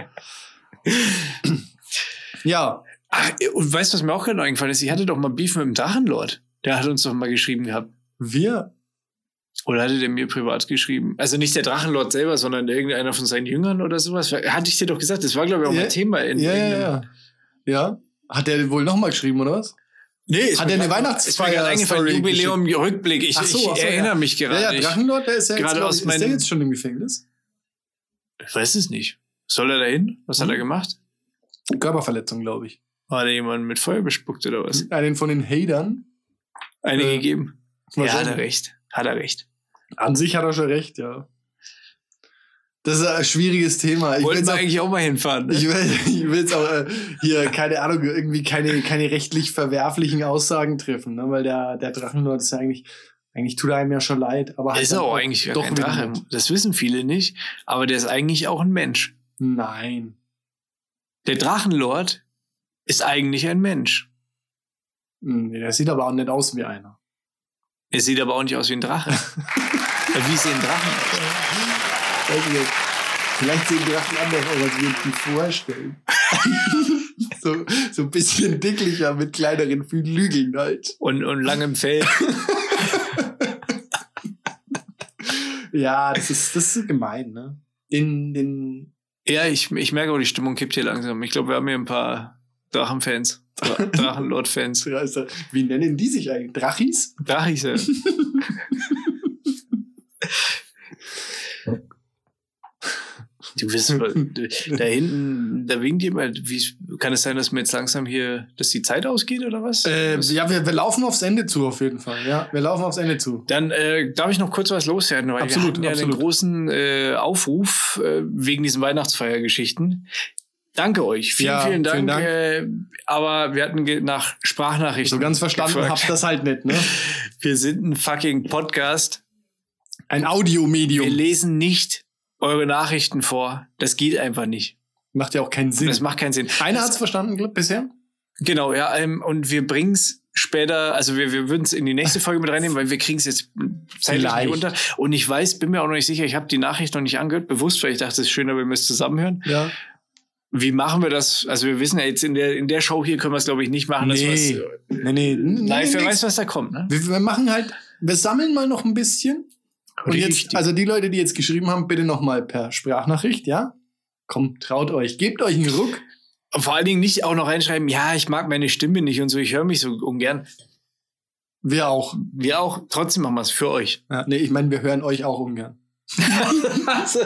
B: ja,
A: Ach, und weißt du, was mir auch gerade eingefallen ist? Ich hatte doch mal Beef mit dem Drachenlord. Der hat uns doch mal geschrieben gehabt.
B: wir,
A: Oder hatte der mir privat geschrieben? Also nicht der Drachenlord selber, sondern irgendeiner von seinen Jüngern oder sowas. Hatte ich dir doch gesagt, das war, glaube ich, auch
B: Ja,
A: mal Thema in
B: ja, ja,
A: irgendeinem-
B: ja. Ja, hat der wohl nochmal geschrieben, oder was?
A: Nee, ist
B: Hat
A: mir
B: er eine
A: grad-
B: Weihnachtsfeier-
A: ist mir grad eingefallen,
B: Story
A: Jubiläum, Rückblick. Ich,
B: Ach so, ach
A: ich
B: so,
A: erinnere
B: ja.
A: mich gerade.
B: Ja, ja,
A: nicht.
B: Drachenlord, der ist ja jetzt,
A: Gerade
B: glaub
A: aus
B: ich, ist der
A: meinem-
B: jetzt schon im Gefängnis?
A: ich weiß es nicht. Soll er dahin? Was hat er gemacht?
B: Körperverletzung, glaube ich.
A: War da jemand mit Feuer bespuckt oder was?
B: Einen von den Hatern.
A: Eine
B: Äh,
A: gegeben. Ja, hat er recht. Hat er recht.
B: An sich hat er schon recht, ja. Das ist ein schwieriges Thema. Ich will
A: Wollten
B: jetzt
A: wir
B: auch,
A: eigentlich auch mal hinfahren. Ne?
B: ich will, ich will jetzt auch äh, hier, keine Ahnung, irgendwie keine, keine rechtlich verwerflichen Aussagen treffen, ne? weil der, der Drachenlord ist ja eigentlich, eigentlich tut er einem ja schon leid. Aber
A: ist
B: halt
A: er
B: dann
A: auch eigentlich gar
B: doch
A: kein
B: wieder
A: Drache.
B: nicht.
A: Das wissen viele nicht. Aber der ist eigentlich auch ein Mensch.
B: Nein.
A: Der Drachenlord ist eigentlich ein Mensch.
B: Hm, Der sieht aber auch nicht aus wie einer.
A: Er sieht aber auch nicht aus wie ein Drache. wie sehen Drachen aus?
B: Weiß ich nicht. Vielleicht sehen Drachen anders aus, als wir uns die vorstellen. *laughs* so, so ein bisschen dicklicher mit kleineren Flü- Flügeln halt.
A: Und, und langem Fell.
B: Ja, das ist, das ist gemein, ne? Den, den.
A: Ja, ich, ich merke auch, die Stimmung kippt hier langsam. Ich glaube, wir haben hier ein paar Drachenfans, Dra Drachenlord-Fans.
B: also, Wie nennen die sich eigentlich? Drachis?
A: Drachiche. Du wirst wohl- da hinten, da winkt jemand. Wie, kann es sein, dass mir jetzt langsam hier, dass die Zeit ausgeht oder was? was?
B: Ähm, ja, wir, wir laufen aufs Ende zu, auf jeden Fall. Ja, wir laufen aufs Ende zu.
A: Dann äh, darf ich noch kurz was loswerden, weil
B: Absolut,
A: wir hatten ja
B: absolut.
A: den großen äh, Aufruf äh, wegen diesen Weihnachtsfeiergeschichten. Danke euch. Vielen,
B: Ja,
A: vielen Dank.
B: vielen Dank.
A: Äh, aber wir hatten ge- nach Sprachnachrichten.
B: So ganz verstanden
A: gefragt.
B: habt das halt nicht, ne?
A: Wir sind ein fucking Podcast.
B: Ein
A: Wir
B: Audiomedium.
A: lesen nicht eure Nachrichten vor. Das geht einfach nicht.
B: Macht ja auch keinen Sinn.
A: Das macht keinen Sinn.
B: Einer
A: Das-
B: hat's verstanden, glaub, bisher?
A: Genau, ja. Ähm, und wir bringen's später, also wir, wir würden es in die nächste Folge mit reinnehmen, weil wir kriegen's jetzt zeitlich
B: Vielleicht.
A: nicht unter. Und ich weiß, bin mir auch noch nicht sicher, ich habe die Nachricht noch nicht angehört, bewusst, weil ich dachte, es ist schöner, wenn wir es zusammenhören.
B: Ja.
A: Wie machen wir das? Also wir wissen ja jetzt, in der, in der Show hier können wir es, glaube ich, nicht machen. dass wir's-
B: Nee. Nee, nee.
A: Live,
B: nee,
A: wer
B: nee.
A: weiß, was da kommt, ne?
B: Wir, wir machen halt, wir sammeln mal noch ein bisschen. Und jetzt,
A: Richtig.
B: also die Leute, die jetzt geschrieben haben, bitte nochmal per Sprachnachricht, ja? Komm, traut euch, gebt euch einen Ruck.
A: Und vor allen Dingen nicht auch noch reinschreiben, ja, ich mag meine Stimme nicht und so, ich höre mich so ungern.
B: Wir auch.
A: Wir auch, trotzdem machen wir es für euch.
B: Ja, nee, ich meine, wir hören euch auch ungern. also,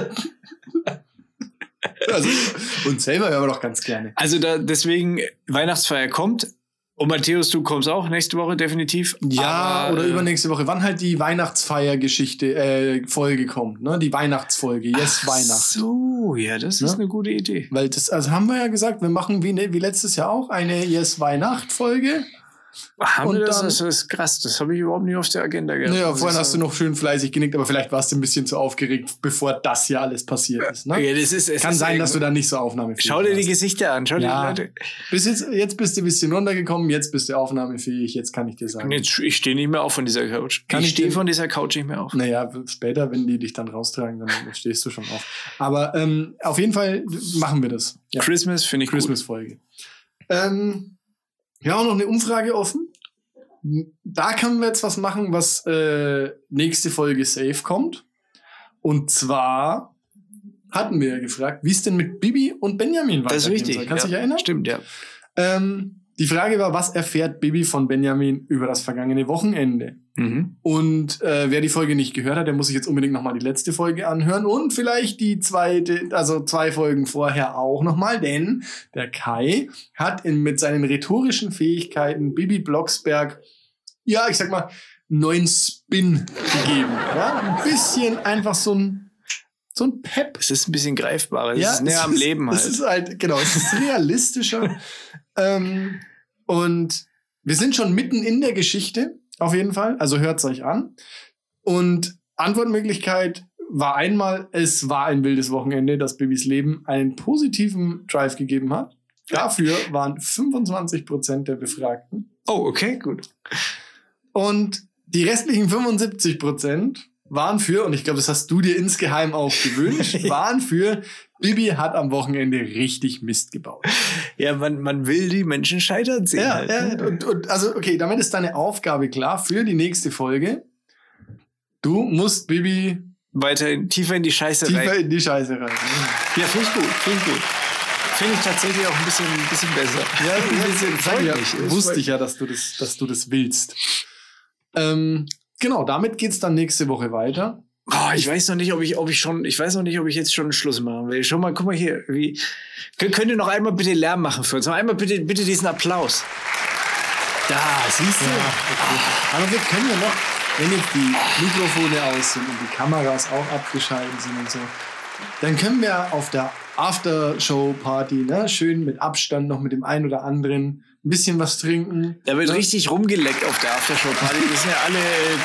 B: *laughs* uns selber hören wir doch ganz gerne.
A: Also da, deswegen, Weihnachtsfeier kommt. Und Matthäus, du kommst auch nächste Woche definitiv.
B: Ja,
A: Aber,
B: oder
A: äh,
B: übernächste Woche. Wann halt die Weihnachtsfeiergeschichte, äh, Folge kommt, ne? Die Weihnachtsfolge. Yes,
A: ach
B: Weihnacht.
A: So, ja, das ist
B: Ne?
A: eine gute Idee.
B: Weil das, also haben wir ja gesagt, wir machen wie, ne, wie letztes Jahr auch eine Yes Weihnacht-Folge.
A: Haben
B: Und
A: wir das?
B: dann-
A: das ist krass. Das habe ich überhaupt nicht auf der Agenda gehabt.
B: naja,
A: muss ich
B: vorhin hast du
A: sagen.
B: noch schön fleißig genickt, aber vielleicht warst du ein bisschen zu aufgeregt, bevor das hier alles passiert ist. Ne?
A: Ja, das ist, es
B: Kann
A: ist
B: sein, dass du
A: irgendwo-
B: da nicht so aufnahmefähig
A: Schau dir die
B: warst.
A: Gesichter an. Schau
B: Ja.
A: dir die Leute.
B: Bis jetzt, jetzt bist du ein bisschen runtergekommen, jetzt bist du aufnahmefähig, jetzt kann ich dir sagen.
A: Und jetzt, ich stehe nicht mehr auf von dieser Couch.
B: Kann
A: ich
B: ich
A: stehe
B: denn-
A: von dieser Couch nicht mehr auf.
B: Naja, später, wenn die dich dann raustragen, dann stehst du schon auf. Aber ähm, auf jeden Fall machen wir das. Ja,
A: Christmas finde ich Christmas.
B: Christmas-Folge. Ähm, wir haben auch noch eine Umfrage offen. Hm, Da können wir jetzt was machen, was äh, nächste Folge safe kommt. Und zwar hatten wir ja gefragt, wie es denn mit Bibi und Benjamin
A: gut.
B: weitergehen
A: Das ist
B: soll.
A: wichtig.
B: Kannst du
A: ja.
B: dich erinnern?
A: Stimmt, ja.
B: Ähm, die Frage war, was erfährt Bibi von Benjamin über das vergangene Wochenende?
A: Mhm.
B: Und äh, wer die Folge nicht gehört hat, der muss sich jetzt unbedingt nochmal die letzte Folge anhören und vielleicht die zweite, also zwei Folgen vorher auch nochmal, denn der Kai hat in, mit seinen rhetorischen Fähigkeiten Bibi Blocksberg, ja, ich sag mal, einen neuen Spin gegeben. Ja? Ein bisschen einfach so ein, so ein Pep
A: Es ist ein bisschen greifbarer. Es ist näher
B: es
A: am
B: ist-
A: Leben halt.
B: Es ist halt, genau, es ist
A: *laughs*
B: realistischer. ähm, und wir sind schon mitten in der Geschichte, auf jeden Fall. Also hört es euch an. Und Antwortmöglichkeit war einmal, es war ein wildes Wochenende, das Babys Leben einen positiven Drive gegeben hat. Dafür waren 25% der Befragten.
A: oh, okay, gut.
B: Und die restlichen 75 Prozent waren für, und ich glaube, das hast du dir insgeheim auch
A: *laughs*
B: gewünscht, waren für, Bibi hat am Wochenende richtig Mist gebaut.
A: Ja, man, man will die Menschen scheitern sehen. halt, ne?
B: und, und, also, okay, damit ist deine Aufgabe klar für die nächste Folge. Du musst Bibi
A: Weiter in, tiefer in die Scheiße rein.
B: tiefer in die Scheiße rein.
A: Ja, finde ich gut, finde ich gut. Finde ich tatsächlich auch ein bisschen, ein bisschen besser.
B: Ja, ein bisschen
A: freundlich.
B: Ja, wusste ich ja, dass du das, dass du das willst. Ähm, genau, damit geht's dann nächste Woche weiter.
A: Oh, ich weiß noch nicht, ob ich, ob ich schon, ich weiß noch nicht, ob ich jetzt schon einen Schluss machen will. Schon mal, guck mal hier, wie, Kön- könnt ihr noch einmal bitte Lärm machen für uns? Noch einmal bitte, bitte diesen Applaus.
B: Da, siehst du. Ah. Aber wir können ja noch, wenn jetzt die Mikrofone aus sind und die Kameras auch abgeschaltet sind und so, dann können wir auf der Aftershow-Party ne, schön mit Abstand noch mit dem einen oder anderen ein bisschen was trinken.
A: Da wird
B: ne?
A: richtig rumgeleckt auf der Aftershow-Party. Das sind ja alle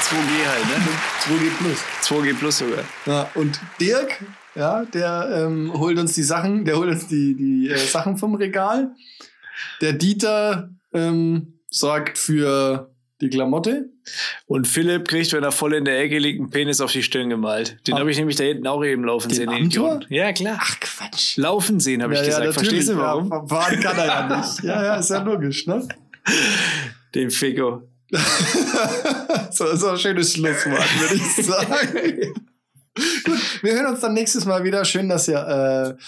A: 2G halt, ne?
B: 2G plus.
A: 2G plus sogar.
B: Ja, und Dirk, ja, der ähm, holt uns die Sachen, der holt uns die, die äh, Sachen vom Regal. Der Dieter ähm, sorgt für die Klamotte.
A: Und Philipp kriegt, wenn er voll in der Ecke liegt, einen Penis auf die Stirn gemalt. Den
B: Ah.
A: habe ich nämlich da hinten auch eben laufen
B: Den
A: sehen. den
B: Amtor?
A: Idioten. Ja, klar.
B: Ach Quatsch.
A: Laufen sehen, habe ich gesagt. Verstehst du warum?
B: natürlich, Ja, fahren kann er ja nicht. Ja, ja, ist ja logisch, ne?
A: Den Fico.
B: so, so ein schönes Schlusswort, würde *laughs* ich sagen. Gut, wir hören uns dann nächstes Mal wieder. Schön, dass ihr äh,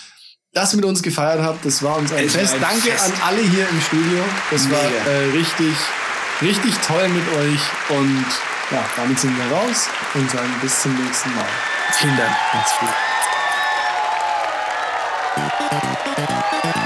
B: das mit uns gefeiert habt. Das war uns ein
A: Es war
B: Fest.
A: ein
B: Danke
A: Fest.
B: an alle hier im Studio. Das war
A: Mega.
B: äh, richtig, richtig toll mit euch. Und ja, damit sind wir raus und sagen bis zum nächsten Mal.
A: Vielen Dank.
B: Macht's gut.